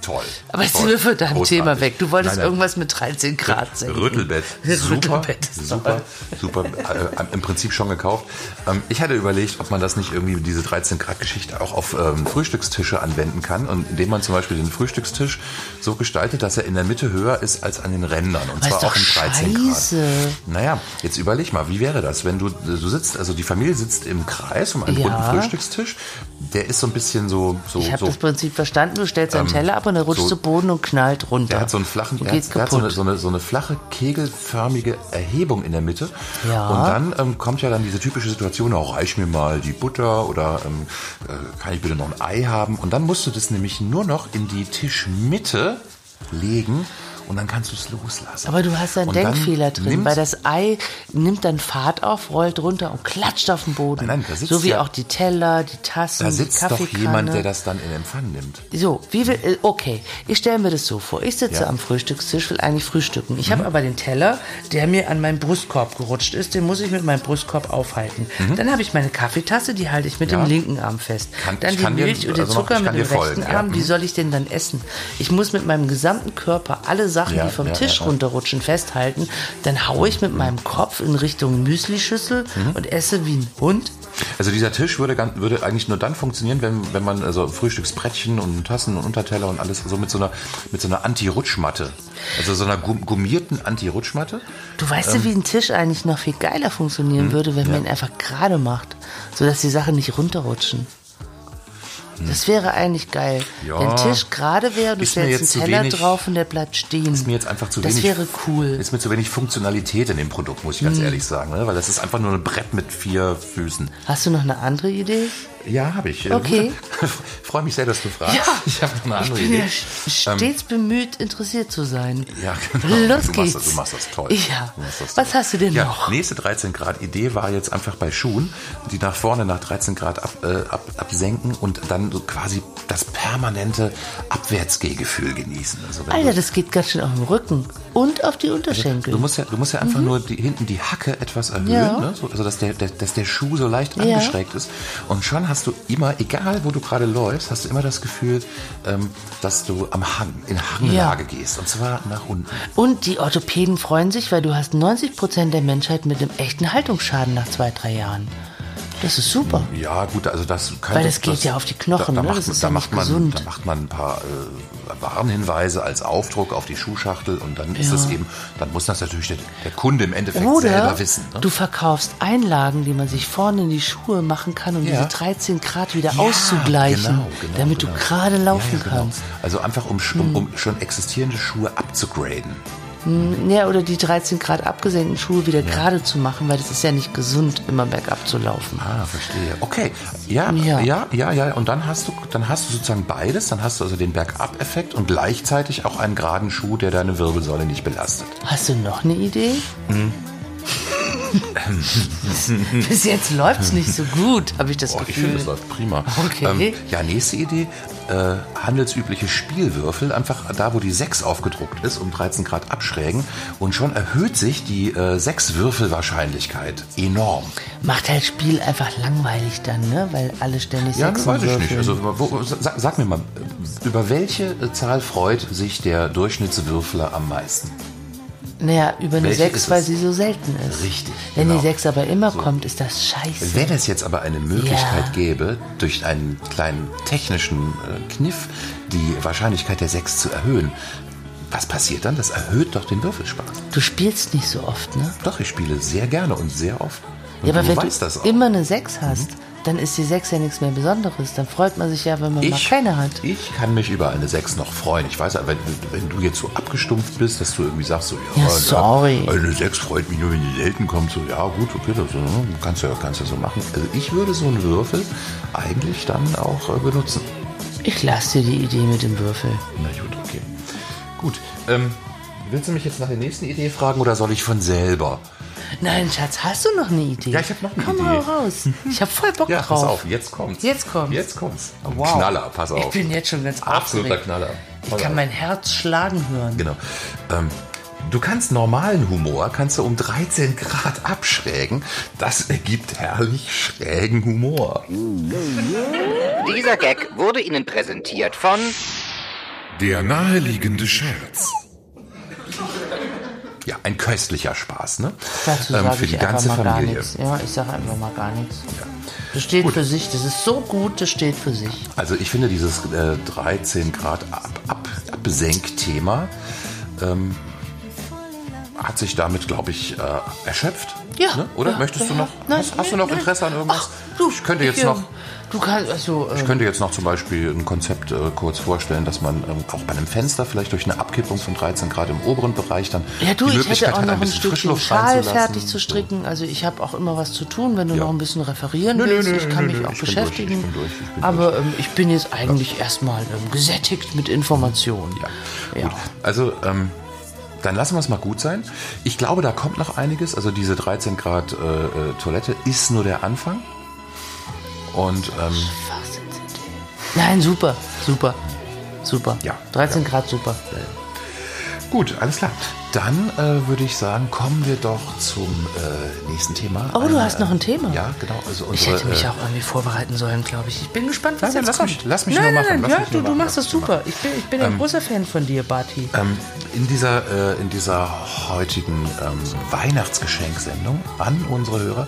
S3: Toll.
S2: Aber jetzt
S3: Toll.
S2: sind wir von deinem
S3: Oh, Großartig.
S2: Thema weg. Du wolltest
S3: Nein, nein.
S2: irgendwas mit 13 Grad sehen.
S3: Rüttelbett. Super,
S2: Rüttelbett ist
S3: super, super. Äh, Im Prinzip schon gekauft. Ähm, ich hatte überlegt, ob man das nicht irgendwie, diese 13-Grad-Geschichte, auch auf ähm, Frühstückstische anwenden kann. Und indem man zum Beispiel den Frühstückstisch so gestaltet, dass er in der Mitte höher ist als an den Rändern. Und
S2: Aber
S3: zwar
S2: ist
S3: auch
S2: doch
S3: in 13
S2: scheiße.
S3: Grad. Naja, jetzt überleg mal, wie wäre das, wenn du, du sitzt, also die Familie sitzt im Kreis um einen
S2: Ja.
S3: runden Früchstückstisch. Der ist so ein bisschen so, so,
S2: Ich habe
S3: so Ähm,
S2: das Prinzip verstanden. Du stellst einen Teller ab und er rutscht
S3: so-
S2: zu Boden und knallt runter.
S3: Der hat so einen flachen,
S2: und
S3: der
S2: geht
S3: hat, der hat so, eine,
S2: kaputt.
S3: so, eine, so eine flache, kegelförmige Erhebung in der Mitte.
S2: Ja.
S3: Und dann ähm, kommt ja dann diese typische Situation, auch reich mir mal die Butter oder ähm, äh, kann ich bitte noch ein Ei haben. Und dann musst du das nämlich nur noch in die Tischmitte legen und dann kannst du es loslassen.
S2: Aber du hast einen
S3: Und dann
S2: Denkfehler drin,
S3: nimmst-
S2: weil das Ei nimmt dann Fahrt auf, rollt runter und klatscht auf den Boden.
S3: Nein, nein, da sitzt
S2: so wie
S3: ja-
S2: auch die Teller, die Tassen,
S3: da
S2: die
S3: sitzt doch
S2: Kaffeekanne.
S3: jemand, der das dann in Empfang nimmt.
S2: so, wie will, äh, okay, ich stelle mir das so vor. Ich sitze
S3: Ja. Mhm.
S2: am Frühstückstisch, will eigentlich frühstücken. Ich habe aber den Teller, der mir an meinen Brustkorb gerutscht ist, den muss ich mit meinem Brustkorb aufhalten. Dann habe ich meine Kaffeetasse, die halte ich mit
S3: Mhm. Ja.
S2: dem linken Arm fest.
S3: Kann-
S2: dann
S3: ich
S2: die
S3: kann dir-
S2: Milch und den
S3: also noch-
S2: Zucker
S3: ich
S2: mit
S3: kann
S2: dem rechten
S3: dir folgen, ja.
S2: Arm,
S3: Mhm.
S2: wie soll ich denn dann essen? Ich muss mit meinem gesamten Körper alle Sachen,
S3: Ja,
S2: die vom
S3: ja,
S2: Tisch
S3: ja, Mhm. ja.
S2: runterrutschen, festhalten. Dann haue ich mit meinem Kopf in Richtung Müslischüssel
S3: Mhm.
S2: und esse wie ein Hund.
S3: Also dieser Tisch würde, gan- würde eigentlich nur dann funktionieren, wenn, wenn man also Frühstücksbrettchen und Tassen und Unterteller und alles so mit so einer, mit so einer Anti-Rutschmatte, also so einer gum- gummierten Anti-Rutschmatte.
S2: Du weißt
S3: Ähm.
S2: ja, wie ein Tisch eigentlich noch viel geiler
S3: Hm,
S2: funktionieren würde, wenn man ihn einfach gerade macht, sodass die Sachen nicht runterrutschen. Das wäre eigentlich geil.
S3: Hm. Ja.
S2: Wenn ein Tisch gerade wäre, du
S3: Ist mir
S2: stellst einen
S3: jetzt zu
S2: Teller
S3: wenig-
S2: drauf und der bleibt stehen.
S3: Ist mir jetzt einfach zu
S2: das
S3: wenig.
S2: wäre cool. Hm.
S3: Ist mir zu wenig Funktionalität in dem Produkt, muss ich ganz ehrlich sagen, ne? weil das ist einfach nur ein Brett mit vier Füßen.
S2: Hast du noch eine andere Idee?
S3: Ja, habe ich.
S2: Okay.
S3: Freue mich sehr, dass du fragst.
S2: Ja.
S3: Ich habe noch
S2: Ich
S3: eine andere
S2: bin ja
S3: Idee. Ähm.
S2: st- stets bemüht, interessiert zu sein.
S3: Ja, genau.
S2: Los
S3: du
S2: geht's.
S3: Machst das, du machst das toll.
S2: Ja.
S3: Du machst das
S2: Was hast du denn
S3: ja,
S2: noch?
S3: Nächste 13 Grad Idee war jetzt einfach bei Schuhen, die nach vorne nach 13 Grad ab, äh, ab, absenken und dann so quasi das permanente Abwärtsgehgefühl genießen. Also wenn
S2: Alter,
S3: du,
S2: das geht ganz schön auf den Rücken und auf
S3: Also,
S2: die Unterschenkel.
S3: du musst ja, du musst ja einfach nur die, hinten die Hacke etwas erhöhen,
S2: Mhm. Ja.
S3: ne? so, also dass der, der, dass der Schuh so leicht
S2: Ja.
S3: angeschrägt ist. Und schon hast du immer, egal wo du gerade läufst, hast du immer das Gefühl, ähm, dass du am Hang, in Hanglage gehst. Und zwar nach unten.
S2: Und die Orthopäden freuen sich, weil du hast 90 Prozent der Menschheit mit einem echten Haltungsschaden nach zwei, drei Jahren. Das ist super.
S3: Ja, gut, also das kann
S2: Weil das geht ja auf die Knochen,
S3: da,
S2: ne?
S3: da Macht,
S2: Das ist
S3: da,
S2: ja
S3: macht
S2: nicht
S3: man,
S2: gesund.
S3: da macht man ein paar äh, Warnhinweise als Aufdruck auf die Schuhschachtel und dann ist es eben, dann muss das natürlich der, der Kunde im Endeffekt
S2: Oder
S3: selber wissen. Ne?
S2: du verkaufst Einlagen, die man sich vorne in die Schuhe machen kann, um
S3: Ja.
S2: diese 13 Grad wieder
S3: Ja,
S2: auszugleichen,
S3: genau, genau,
S2: damit
S3: genau.
S2: du gerade laufen
S3: Ja, ja, genau.
S2: kannst.
S3: Also einfach um, sch- um, um schon existierende Schuhe abzugraden.
S2: Ja, oder die 13 Grad abgesenkten Schuhe wieder gerade zu machen, weil das ist ja nicht gesund, immer bergab zu laufen.
S3: Ah, verstehe. Okay. Ja, ja,
S2: Ja.
S3: ja, ja, Und dann hast du, dann hast du sozusagen beides. Dann hast du also den Bergab-Effekt und gleichzeitig auch einen geraden Schuh, der deine Wirbelsäule nicht belastet.
S2: Hast du noch eine Idee?
S3: Hm.
S2: Bis jetzt läuft's nicht so gut, habe ich das
S3: Boah, ich finde,
S2: Gefühl.
S3: das läuft prima. Ähm,
S2: Okay.
S3: ja, nächste Idee. Äh, handelsübliche Spielwürfel, einfach da, wo die 6 aufgedruckt ist, um 13 Grad abschrägen. Und schon erhöht sich die äh, 6-Würfelwahrscheinlichkeit enorm.
S2: Macht halt Spiel einfach langweilig dann, ne? Weil alle ständig
S3: Ja, das
S2: Sechsen
S3: weiß ich nicht.
S2: würfeln.
S3: Also, wo, sag, sag mir mal, über welche äh, Zahl freut sich der Durchschnittswürfler am meisten?
S2: Naja, über eine
S3: Welche ist
S2: 6, weil
S3: es?
S2: sie so selten ist.
S3: Richtig,
S2: Wenn
S3: genau. Also,
S2: die 6 aber immer kommt, ist das scheiße.
S3: Wenn es jetzt aber eine Möglichkeit
S2: Ja.
S3: gäbe, durch einen kleinen technischen äh, Kniff die Wahrscheinlichkeit der 6 zu erhöhen, was passiert dann? Das erhöht doch den Würfelspaß.
S2: Du spielst nicht so oft, ne?
S3: Doch, ich spiele sehr gerne und sehr oft. Und
S2: Ja, aber
S3: du
S2: wenn
S3: weißt
S2: du
S3: das auch. Mhm.
S2: immer eine 6 hast, dann ist die 6 ja nichts mehr Besonderes. Dann freut man sich ja, wenn man mal
S3: ich,
S2: keine hat.
S3: ich kann mich über eine 6 noch freuen. Ich weiß, aber wenn, wenn du jetzt so abgestumpft bist, dass du irgendwie sagst, so, ja,
S2: Ja, sorry.
S3: eine 6 freut mich nur, wenn die selten kommt, so, ja, gut, okay, das ne, kannst du ja kannst du so machen. Also ich würde so einen Würfel eigentlich dann auch äh, benutzen.
S2: Ich lasse dir die Idee mit dem Würfel.
S3: Na gut, okay. Gut, ähm, willst du mich jetzt nach der nächsten Idee fragen oder soll ich von selber?
S2: Nein, Schatz, hast du noch eine Idee?
S3: Ja, ich hab noch eine
S2: Komm
S3: Idee.
S2: mal raus. Ich habe voll Bock
S3: Ja,
S2: drauf.
S3: pass auf, jetzt kommt's.
S2: Jetzt kommt's.
S3: Jetzt kommt's. Ein
S2: Wow.
S3: Knaller, pass auf.
S2: Ich bin jetzt schon ganz
S3: Absoluter
S2: aufgeregt.
S3: Knaller.
S2: Ich
S3: Pass
S2: kann
S3: auf.
S2: mein Herz schlagen hören.
S3: Genau. Ähm, du kannst normalen Humor, kannst du um 13 Grad abschrägen. Das ergibt herrlich schrägen Humor.
S8: Dieser Gag wurde Ihnen präsentiert von
S5: Der naheliegende Scherz.
S3: Ja, ein köstlicher Spaß, ne?
S2: Dazu
S3: Ähm,
S2: sage
S3: für
S2: ich
S3: die
S2: einfach
S3: ganze
S2: mal gar
S3: Familie.
S2: nichts. Ja, ich sage einfach mal gar nichts. Das steht für sich. Das ist so gut, das steht für sich.
S3: Also ich finde dieses äh, 13 Grad ab, ab, Absenkthema ähm, hat sich damit, glaube ich, äh, erschöpft.
S2: Ja,
S3: Ne? Oder
S2: ja,
S3: möchtest du
S2: ja.
S3: noch? hast, hast du noch
S2: nein.
S3: Interesse an irgendwas?
S2: Ach, du,
S3: ich könnte jetzt
S2: ähm,
S3: noch.
S2: Du kannst, also,
S3: Ich
S2: ähm,
S3: könnte jetzt noch zum Beispiel ein Konzept äh, kurz vorstellen, dass man ähm, auch bei einem Fenster vielleicht durch eine Abkippung von 13 Grad im oberen Bereich dann
S2: äh, ja, du,
S3: die
S2: ich
S3: Möglichkeit
S2: hätte auch
S3: hat,
S2: noch
S3: ein
S2: ein
S3: bisschen
S2: Stückchen
S3: Frischluft
S2: Schal
S3: reinzulassen.
S2: fertig zu stricken. Also ich habe auch immer was zu tun, wenn du noch ein bisschen referieren
S3: Nö, nö,
S2: willst.
S3: nö,
S2: ich kann
S3: nö,
S2: mich
S3: nö,
S2: auch
S3: ich bin durch,
S2: beschäftigen.
S3: ich bin durch, ich bin
S2: aber ähm, ich bin jetzt eigentlich erstmal ähm, gesättigt mit Informationen.
S3: Ja. Gut. Also, ähm, dann lassen wir es mal gut sein. Ich glaube, da kommt noch einiges. Also diese 13 Grad äh, äh, Toilette ist nur der Anfang. Und ähm,
S2: Nein, super, super, super.
S3: Ja,
S2: 13 Grad super.
S3: gut, alles klar. Dann äh, würde ich sagen, kommen wir doch zum äh, nächsten Thema.
S2: Oh, du
S3: Einer,
S2: hast noch ein
S3: äh,
S2: Thema?
S3: Ja, genau. Also
S2: Ich
S3: unsere,
S2: hätte mich
S3: äh,
S2: auch irgendwie vorbereiten sollen, glaube ich. Ich bin gespannt, was
S3: Nein,
S2: jetzt
S3: lass
S2: kommt.
S3: mich- lass mich
S2: nein, nein,
S3: nur machen,
S2: Nein,
S3: lass
S2: ja,
S3: mich
S2: du,
S3: nur
S2: du
S3: machen,
S2: machst
S3: lass
S2: das
S3: mich
S2: super. Ich bin, ich bin ein großer Fan von dir, Barty.
S3: Ähm, in dieser, äh, in dieser äh, heutigen ähm, Weihnachtsgeschenksendung an unsere Hörer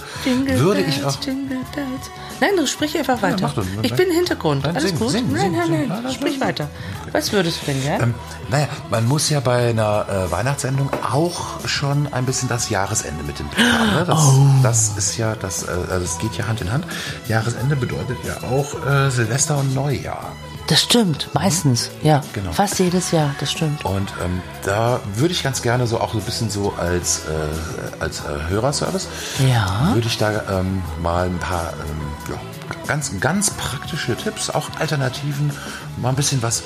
S3: würde ich auch.
S2: Bells, Jingle Bells. Nein, du sprich einfach weiter.
S3: mach du.
S2: ich bin im Hintergrund.
S3: Nein,
S2: Alles
S3: sing,
S2: gut?
S3: sing,
S2: nein,
S3: sing,
S2: nein,
S3: sing.
S2: nein,
S3: Nein, nein,
S2: Sprich
S3: nein.
S2: weiter. Was würdest du denn gerne?
S3: Ähm, naja, man muss ja bei einer äh, Weihnachtssendung auch schon ein bisschen das Jahresende mit dem Blick haben. Ne? Das, das ist ja, das, äh, das geht ja Hand in Hand. Jahresende bedeutet ja auch äh, Silvester und Neujahr.
S2: das stimmt, meistens. Ja,
S3: Genau.
S2: fast jedes Jahr, das stimmt.
S3: Und ähm, da würde ich ganz gerne so auch so ein bisschen so als, äh, als äh, Hörerservice,
S2: Ja.
S3: würde ich da ähm, mal ein paar ähm, ja, ganz, ganz praktische Tipps, auch Alternativen, mal ein bisschen was,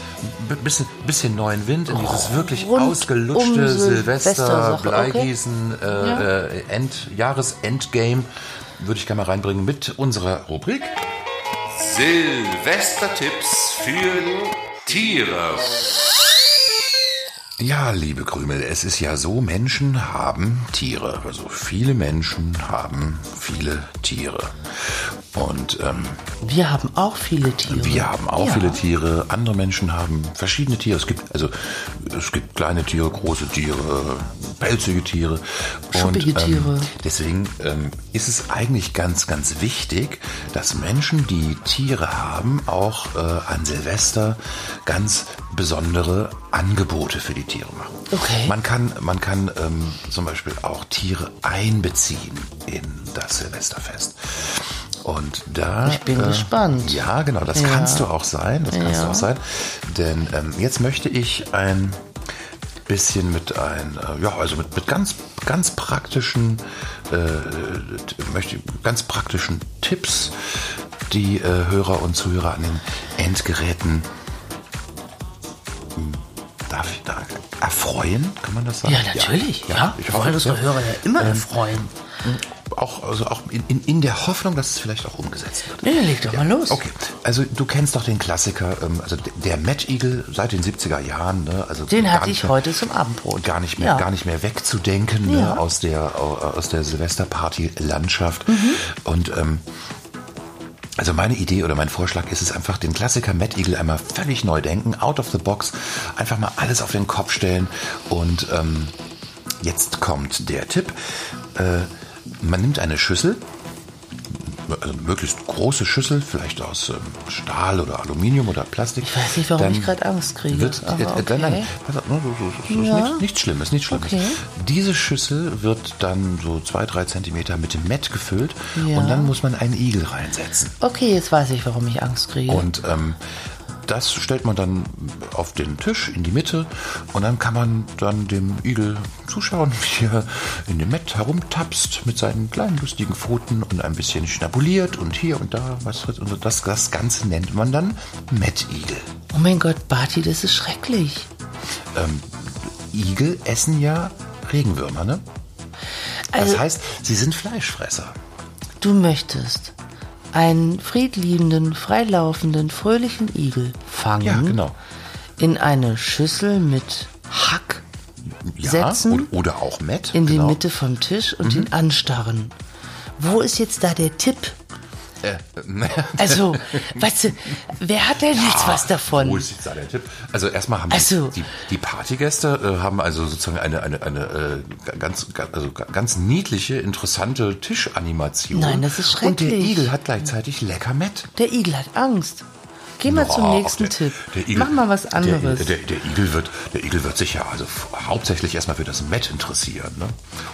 S3: ein bisschen, bisschen neuen Wind in dieses wirklich
S2: Rund
S3: ausgelutschte
S2: um
S3: Silvester,
S2: Silvester-Sache, okay.
S3: Bleigießen, äh, äh, End, Jahresendgame, würde ich gerne mal reinbringen mit unserer Rubrik.
S5: Silvestertipps für Tiere.
S3: Ja, liebe Krümel, es ist ja so, Menschen haben Tiere. Also viele Menschen haben viele Tiere. Und ähm,
S2: Wir haben auch viele Tiere.
S3: wir haben auch viele Tiere, andere Menschen haben verschiedene Tiere. Es gibt also es gibt kleine Tiere, große Tiere, pelzige Tiere.
S2: Schuppige Tiere.
S3: Ähm, deswegen ähm, ist es eigentlich ganz, ganz wichtig, dass Menschen, die Tiere haben, auch äh, an Silvester ganz besondere Angebote für die Tiere machen.
S2: Okay.
S3: Man kann, man kann ähm, zum Beispiel auch Tiere einbeziehen in das Silvesterfest. Und da äh,
S2: Ich bin gespannt.
S3: ja, genau, das
S2: Ja.
S3: kannst du auch sein. Das kannst du
S2: Ja.
S3: auch sein. Denn ähm, jetzt möchte ich ein bisschen mit ein, äh, ja, also mit, mit ganz, ganz praktischen, äh, t- möchte ganz praktischen Tipps, die äh, Hörer und Zuhörer an den Endgeräten hm, darf ich da erfreuen, kann man das sagen?
S2: Ja, natürlich. Ja,
S3: ich
S2: wir
S3: hoffe,
S2: wollen unsere
S3: ja. Ähm, Äh,
S2: Hörer ja immer erfreuen.
S3: Auch, also auch in, in, in der Hoffnung, dass es vielleicht auch umgesetzt wird.
S2: Nee, leg doch mal los.
S3: Okay, also du kennst doch den Klassiker, ähm, also d- der Mad Eagle seit den 70er Jahren, ne? Also
S2: Den
S3: gar
S2: hatte
S3: nicht
S2: ich
S3: mehr-
S2: heute zum Abendbrot.
S3: Gar nicht mehr,
S2: Ja.
S3: gar nicht mehr wegzudenken
S2: Ja.
S3: ne? aus der au- aus der Silvesterparty-Landschaft.
S2: Mhm.
S3: Und ähm, also meine Idee oder mein Vorschlag ist es einfach, den Klassiker Mad Eagle einmal völlig neu denken, out of the box, einfach mal alles auf den Kopf stellen. Und ähm, jetzt kommt der Tipp. Äh, man nimmt eine Schüssel, also eine möglichst große Schüssel, vielleicht aus ähm, Stahl oder Aluminium oder Plastik.
S2: Ich weiß nicht, warum ich gerade Angst kriege,
S3: Wird,
S2: aber
S3: äh, äh, Nein, nein,
S2: okay.
S3: pass auf, ne, so, so, so, so, ist
S2: Ja.
S3: nichts, nichts Schlimmes, nichts Schlimmes.
S2: Okay.
S3: Diese Schüssel wird dann so zwei, drei Zentimeter mit dem Met gefüllt
S2: Ja.
S3: und dann muss man einen Igel reinsetzen.
S2: Okay, jetzt weiß ich, warum ich Angst kriege.
S3: Und ähm, das stellt man dann auf den Tisch in die Mitte und dann kann man dann dem Igel zuschauen, wie er in dem Met herumtapst mit seinen kleinen lustigen Pfoten und ein bisschen schnabuliert und hier und da was wird und das, das Ganze nennt man dann Met-Igel.
S2: oh mein Gott, Barty, das ist schrecklich.
S3: Igel essen ja Regenwürmer, ne? Das
S2: Also-
S3: heißt, sie sind Fleischfresser.
S2: Du möchtest einen friedliebenden, freilaufenden, fröhlichen Igel fangen.
S3: Ja, genau.
S2: In eine Schüssel mit Hack
S3: Ja,
S2: setzen.
S3: Oder, oder auch Met.
S2: in
S3: genau. Mhm.
S2: die Mitte vom Tisch und ihn anstarren. Wo ist jetzt da der Tipp? Also, weißt du, wer hat denn jetzt was
S3: Wo
S2: davon?
S3: ist jetzt da der Tipp? Also erstmal haben
S2: Also-
S3: die, die, die Partygäste äh, haben also sozusagen eine, eine, eine äh, ganz, ga- also ga- ganz niedliche, interessante Tischanimation.
S2: Nein, das ist
S3: Und der
S2: schrecklich.
S3: Igel hat gleichzeitig lecker Met.
S2: Der Igel hat Angst. Geh mal zum
S3: Boah,
S2: nächsten
S3: der-
S2: Tipp.
S3: der Igel-
S2: Mach mal was anderes.
S3: Der, der, der, Igel wird, der Igel wird sich ja also f- hauptsächlich erstmal für das Met interessieren. Ne?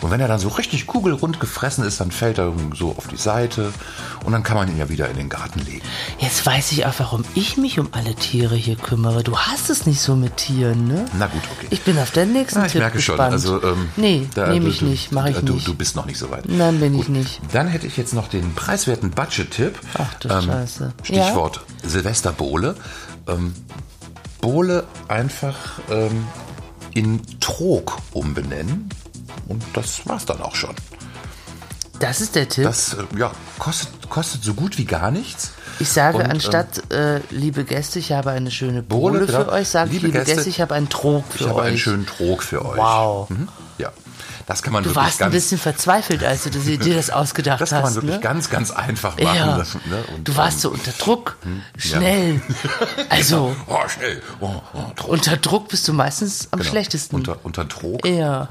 S3: Und wenn er dann so richtig kugelrund gefressen ist, dann fällt er so auf die Seite und dann kann man ihn ja wieder in den Garten legen.
S2: jetzt weiß ich auch, warum ich mich um alle Tiere hier kümmere. Du hast es nicht so mit Tieren, ne?
S3: Na gut, okay.
S2: Ich bin auf den nächsten
S3: Ah, ich
S2: Tipp
S3: merke
S2: gespannt.
S3: schon. Also, ähm,
S2: nee,
S3: da-
S2: nehme
S3: du-
S2: ich
S3: du-
S2: nicht, mache ich
S3: du,
S2: nicht.
S3: Du bist noch nicht so weit.
S2: Nein, bin ich nicht.
S3: Dann hätte ich jetzt noch den preiswerten Budget-Tipp. Ähm,
S2: Ach du Scheiße.
S3: Stichwort Silvesterbohle. Ähm, Bohle einfach ähm, in Trog umbenennen. Und das war's dann auch schon.
S2: Das ist der Tipp.
S3: Das äh, ja, kostet, kostet so gut wie gar nichts.
S2: Ich sage
S3: Und, ähm,
S2: anstatt, äh, liebe Gäste, ich habe eine schöne
S3: Bohle,
S2: Bohle für
S3: genau.
S2: euch, sage ich,
S3: Liebe
S2: liebe Gäste,
S3: Gäste,
S2: ich habe einen Trog für
S3: ich habe
S2: euch.
S3: einen schönen Trog für euch.
S2: Wow.
S3: Mhm. Ja, das kann man
S2: du
S3: wirklich
S2: warst ein
S3: ganz
S2: bisschen verzweifelt, als du das, dir das ausgedacht
S3: Das
S2: hast.
S3: kann man wirklich
S2: ne?
S3: ganz, ganz einfach machen.
S2: ja.
S3: Das, ne? Und,
S2: du warst
S3: ähm,
S2: so unter Druck, schnell. Also,
S3: Oh, schnell. Oh, oh, Druck.
S2: unter Druck bist du meistens am
S3: Genau.
S2: schlechtesten.
S3: Unter, unter Druck.
S2: Ja.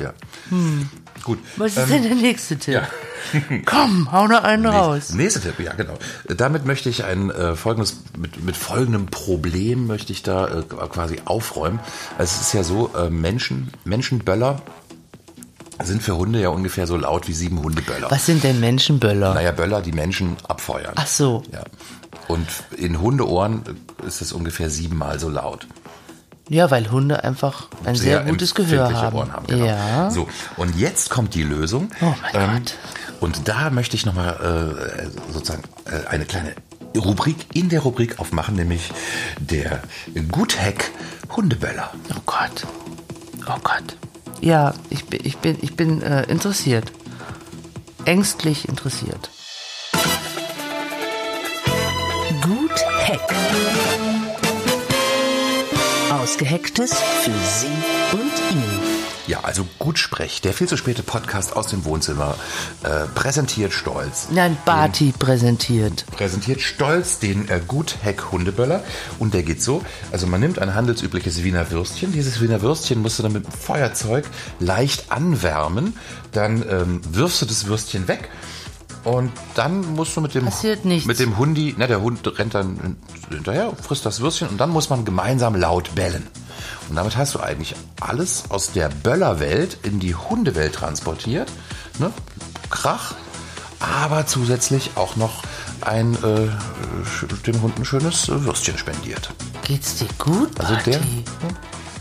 S2: Hm.
S3: Gut.
S2: Was ist
S3: ähm,
S2: denn der nächste Tipp? Komm, hau noch einen raus.
S3: Nächster Tipp, ja genau. Damit möchte ich ein äh, folgendes, mit, mit folgendem Problem möchte ich da äh, quasi aufräumen. Es ist ja so, äh, Menschen, Menschenböller sind für Hunde ja ungefähr so laut wie sieben Hundeböller.
S2: Was sind denn Menschenböller?
S3: Naja, Böller, die Menschen abfeuern.
S2: Ach so.
S3: Ja. Und in Hundeohren ist es ungefähr siebenmal so laut.
S2: Ja, weil Hunde einfach ein sehr, gutes Gehör
S3: empfindliche
S2: haben.
S3: Ohren haben genau.
S2: Ja.
S3: So, und jetzt kommt die Lösung. Ähm,
S2: Oh mein Gott.
S3: Und da möchte ich nochmal äh, sozusagen äh, eine kleine Rubrik in der Rubrik aufmachen, nämlich der Gutheck Hundeböller.
S2: Oh Gott. Oh Gott. Ja, ich bin, ich bin, ich bin äh, interessiert. Ängstlich interessiert.
S9: Gut Heck. Ausgehecktes für Sie und ihn.
S3: Ja, also Gutsprech, der viel zu späte Podcast aus dem Wohnzimmer, äh, präsentiert stolz.
S2: Nein, Barty präsentiert.
S3: präsentiert stolz den äh, Gutheck Hundeböller und der geht so, also man nimmt ein handelsübliches Wiener Würstchen, dieses Wiener Würstchen musst du dann mit dem Feuerzeug leicht anwärmen, dann ähm, wirfst du das Würstchen weg und dann musst du mit dem
S2: Passiert nichts.
S3: mit dem Hundi, na der Hund rennt dann hinterher, frisst das Würstchen und dann muss man gemeinsam laut bellen. Und damit hast du eigentlich alles aus der Böllerwelt in die Hundewelt transportiert. Ne? Krach, aber zusätzlich auch noch ein, äh, sch- dem Hund ein schönes äh, Würstchen spendiert.
S2: Geht's dir gut,
S3: Also
S2: Barty?
S3: der,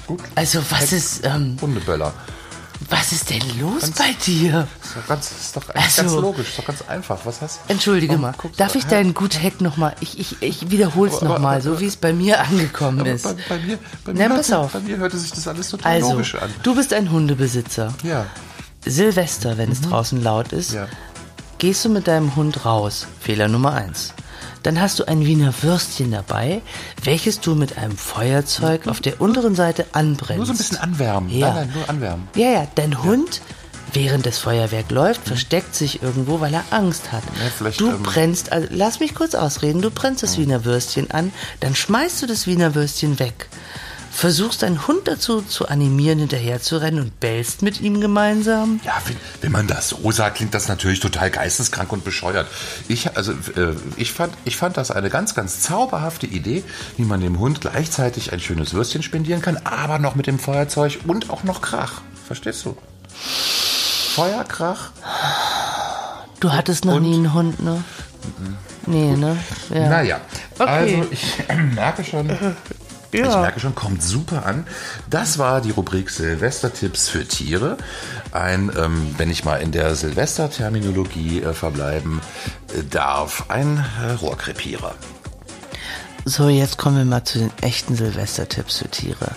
S3: Gut.
S2: Ah, Also was ist, ähm,
S3: Hundeböller.
S2: was ist denn los bei dir?
S3: Ist doch ganz, ist doch eigentlich
S2: Also-
S3: ganz logisch, ist doch ganz einfach. Was hast
S2: Entschuldige
S3: Warum
S2: mal,
S3: guckst
S2: darf
S3: du- halt?
S2: ich deinen Gut Hack nochmal, ich, ich, ich wiederhole es
S3: Aber- aber-
S2: nochmal, so wie es bei mir angekommen
S3: Aber
S2: ist.
S3: Bei, bei mir, bei
S2: Na,
S3: mir
S2: pass
S3: hörte,
S2: auf.
S3: bei mir hörte sich das alles total
S2: Also,
S3: logisch an.
S2: du bist ein Hundebesitzer.
S3: Ja.
S2: Silvester, wenn es draußen laut ist,
S3: Mhm. Ja.
S2: gehst du mit deinem Hund raus. Fehler Nummer eins. Dann hast du ein Wiener Würstchen dabei, welches du mit einem Feuerzeug auf der unteren Seite anbrennst.
S3: Mhm. Nur so ein bisschen anwärmen.
S2: Ja.
S3: Nein, nein, nur anwärmen.
S2: Ja, ja, dein Hund, während das Feuerwerk läuft, versteckt sich irgendwo, weil er Angst hat.
S3: Ja, vielleicht,
S2: du
S3: ähm,
S2: brennst, also, lass mich kurz ausreden, du brennst das Wiener Würstchen an, dann schmeißt du das Wiener Würstchen weg. Versuchst deinen Hund dazu zu animieren, hinterherzurennen und bellst mit ihm gemeinsam.
S3: Ja, wenn, wenn man das so sagt, klingt das natürlich total geisteskrank und bescheuert. Ich, also, äh, ich, fand, ich fand das eine ganz, ganz zauberhafte Idee, wie man dem Hund gleichzeitig ein schönes Würstchen spendieren kann, aber noch mit dem Feuerzeug und auch noch Krach. Verstehst du? Feuer, Krach.
S2: Du hattest noch
S3: Und? Mhm.
S2: nie einen Hund, ne? Nee, ne? Ja.
S3: Naja,
S2: Okay.
S3: also ich merke schon, ich merke schon, kommt super an. Das war die Rubrik Silvestertipps für Tiere. Ein, ähm, wenn ich mal in der Silvesterterminologie äh, verbleiben äh, darf, ein äh, Rohrkrepierer.
S2: So, jetzt kommen wir mal zu den echten Silvestertipps für Tiere.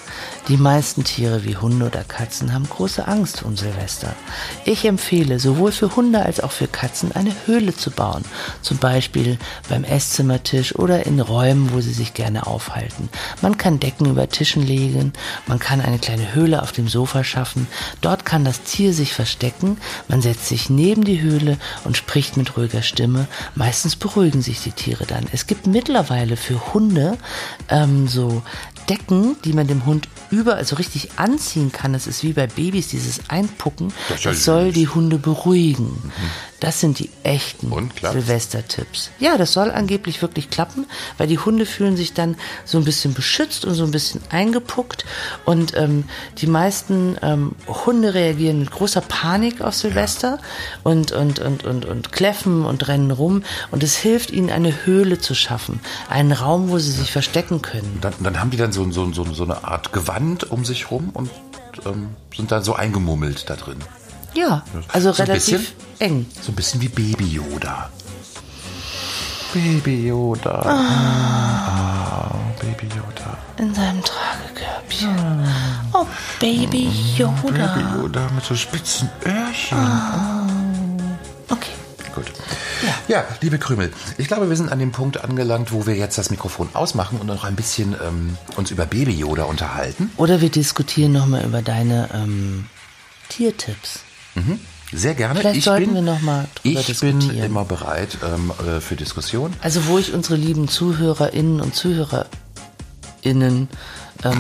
S2: Die meisten Tiere wie Hunde oder Katzen haben große Angst um Silvester. Ich empfehle, sowohl für Hunde als auch für Katzen eine Höhle zu bauen. Zum Beispiel beim Esszimmertisch oder in Räumen, wo sie sich gerne aufhalten. Man kann Decken über Tischen legen, man kann eine kleine Höhle auf dem Sofa schaffen. Dort kann das Tier sich verstecken, man setzt sich neben die Höhle und spricht mit ruhiger Stimme. Meistens beruhigen sich die Tiere dann. Es gibt mittlerweile für Hunde ähm, so Decken, die man dem Hund über, also richtig anziehen kann. Das ist wie bei Babys dieses Einpucken.
S3: Das
S2: Das,
S3: ist ja
S2: soll
S3: süß.
S2: die Hunde beruhigen. Das sind die echten
S3: Mhm. Und klappt's?
S2: Silvestertipps. Ja, das soll angeblich wirklich klappen, weil die Hunde fühlen sich dann so ein bisschen beschützt und so ein bisschen eingepuckt. Und ähm, die meisten ähm, Hunde reagieren mit großer Panik auf Silvester und, und, und, und, und kläffen und rennen rum. Und es hilft ihnen, eine Höhle zu schaffen. Einen Raum, wo sie sich verstecken können.
S3: Dann, dann haben die dann so, so, so, so eine Art Gewand um sich rum und ähm, sind dann so eingemummelt da drin.
S2: Ja, also
S3: So ein
S2: relativ
S3: bisschen?
S2: eng.
S3: So ein bisschen wie Baby Yoda. Baby Yoda. Ah, Baby Yoda.
S2: In seinem Tragekörbchen.
S3: Ah.
S2: Oh, Baby
S3: Mhm.
S2: Yoda.
S3: Baby Yoda mit so spitzen Öhrchen.
S2: Ah. Okay.
S3: Gut. Ja. liebe Krümel, ich glaube, wir sind an dem Punkt angelangt, wo wir jetzt das Mikrofon ausmachen und noch ein bisschen ähm, uns über Baby Yoda unterhalten.
S2: Oder wir diskutieren nochmal über deine ähm, Tiertipps.
S3: Sehr gerne.
S2: Vielleicht
S3: ich
S2: sollten
S3: bin,
S2: wir noch mal drüber
S3: Ich bin
S2: diskutieren.
S3: immer bereit ähm, äh, für Diskussion.
S2: Also wo ich unsere lieben Zuhörerinnen und ZuhörerInnen ähm,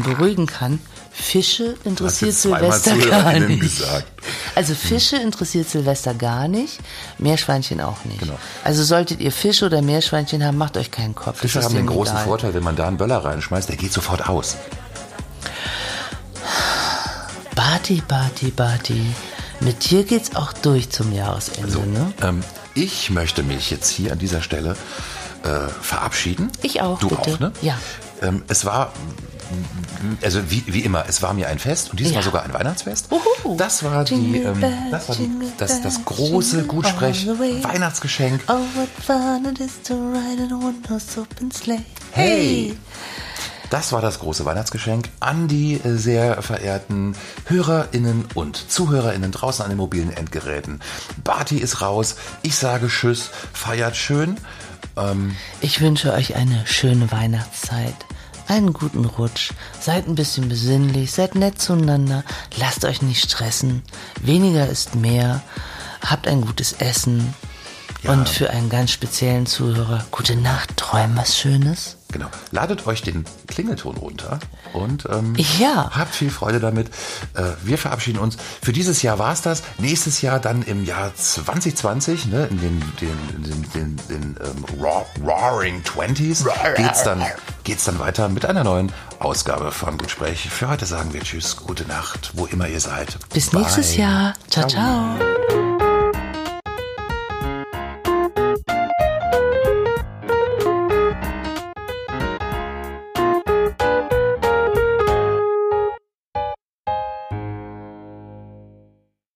S2: beruhigen kann, Fische interessiert
S3: jetzt zweimal
S2: Silvester gar
S3: ZuhörerInnen
S2: nicht.
S3: gesagt.
S2: Also Fische interessiert Silvester gar nicht, Meerschweinchen auch nicht.
S3: Genau.
S2: Also solltet ihr Fische oder Meerschweinchen haben, macht euch keinen Kopf.
S3: Fische
S2: Das ist
S3: haben den
S2: denen
S3: großen
S2: egal.
S3: Vorteil, wenn man da einen Böller reinschmeißt, der geht sofort aus.
S2: Barty, Barty, Barty. Mit dir geht's auch durch zum Jahresende, ne?
S3: Ähm, ich möchte mich jetzt hier an dieser Stelle äh, verabschieden.
S2: Ich auch,
S3: Du
S2: bitte.
S3: auch, ne?
S2: Ja.
S3: Ähm, es war, also wie, wie immer, es war mir ein Fest und diesmal
S2: Ja.
S3: sogar ein Weihnachtsfest.
S2: Uhu.
S3: Das war, die,
S2: Jingle
S3: ähm,
S2: bell,
S3: das, war die,
S2: jingle
S3: das, das
S2: bell,
S3: große
S2: jingle all the way.
S3: Gutsprech-Weihnachtsgeschenk.
S2: Oh, what fun it is to ride in a one-horse open sleigh.
S3: Hey! Das war das große Weihnachtsgeschenk an die äh, sehr verehrten HörerInnen und ZuhörerInnen draußen an den mobilen Endgeräten. Barty ist raus. Ich sage Tschüss. Feiert schön.
S2: Ich wünsche euch eine schöne Weihnachtszeit, einen guten Rutsch, seid ein bisschen besinnlich, seid nett zueinander, lasst euch nicht stressen, weniger ist mehr, habt ein gutes Essen und für einen ganz speziellen Zuhörer, gute Nacht, träum was Schönes.
S3: Genau. Ladet euch den Klingelton runter und ähm,
S2: Ja.
S3: habt viel Freude damit. Äh, wir verabschieden uns. Für dieses Jahr war's das. Nächstes Jahr dann im Jahr 2020, ne, in den, den, den, den, den ähm, Roar- Roaring Twenties, geht's dann, geht's dann weiter mit einer neuen Ausgabe von Gespräch. Für heute sagen wir Tschüss, gute Nacht, wo immer ihr seid.
S2: Bis nächstes
S3: Bye.
S2: Jahr. Ciao, ciao.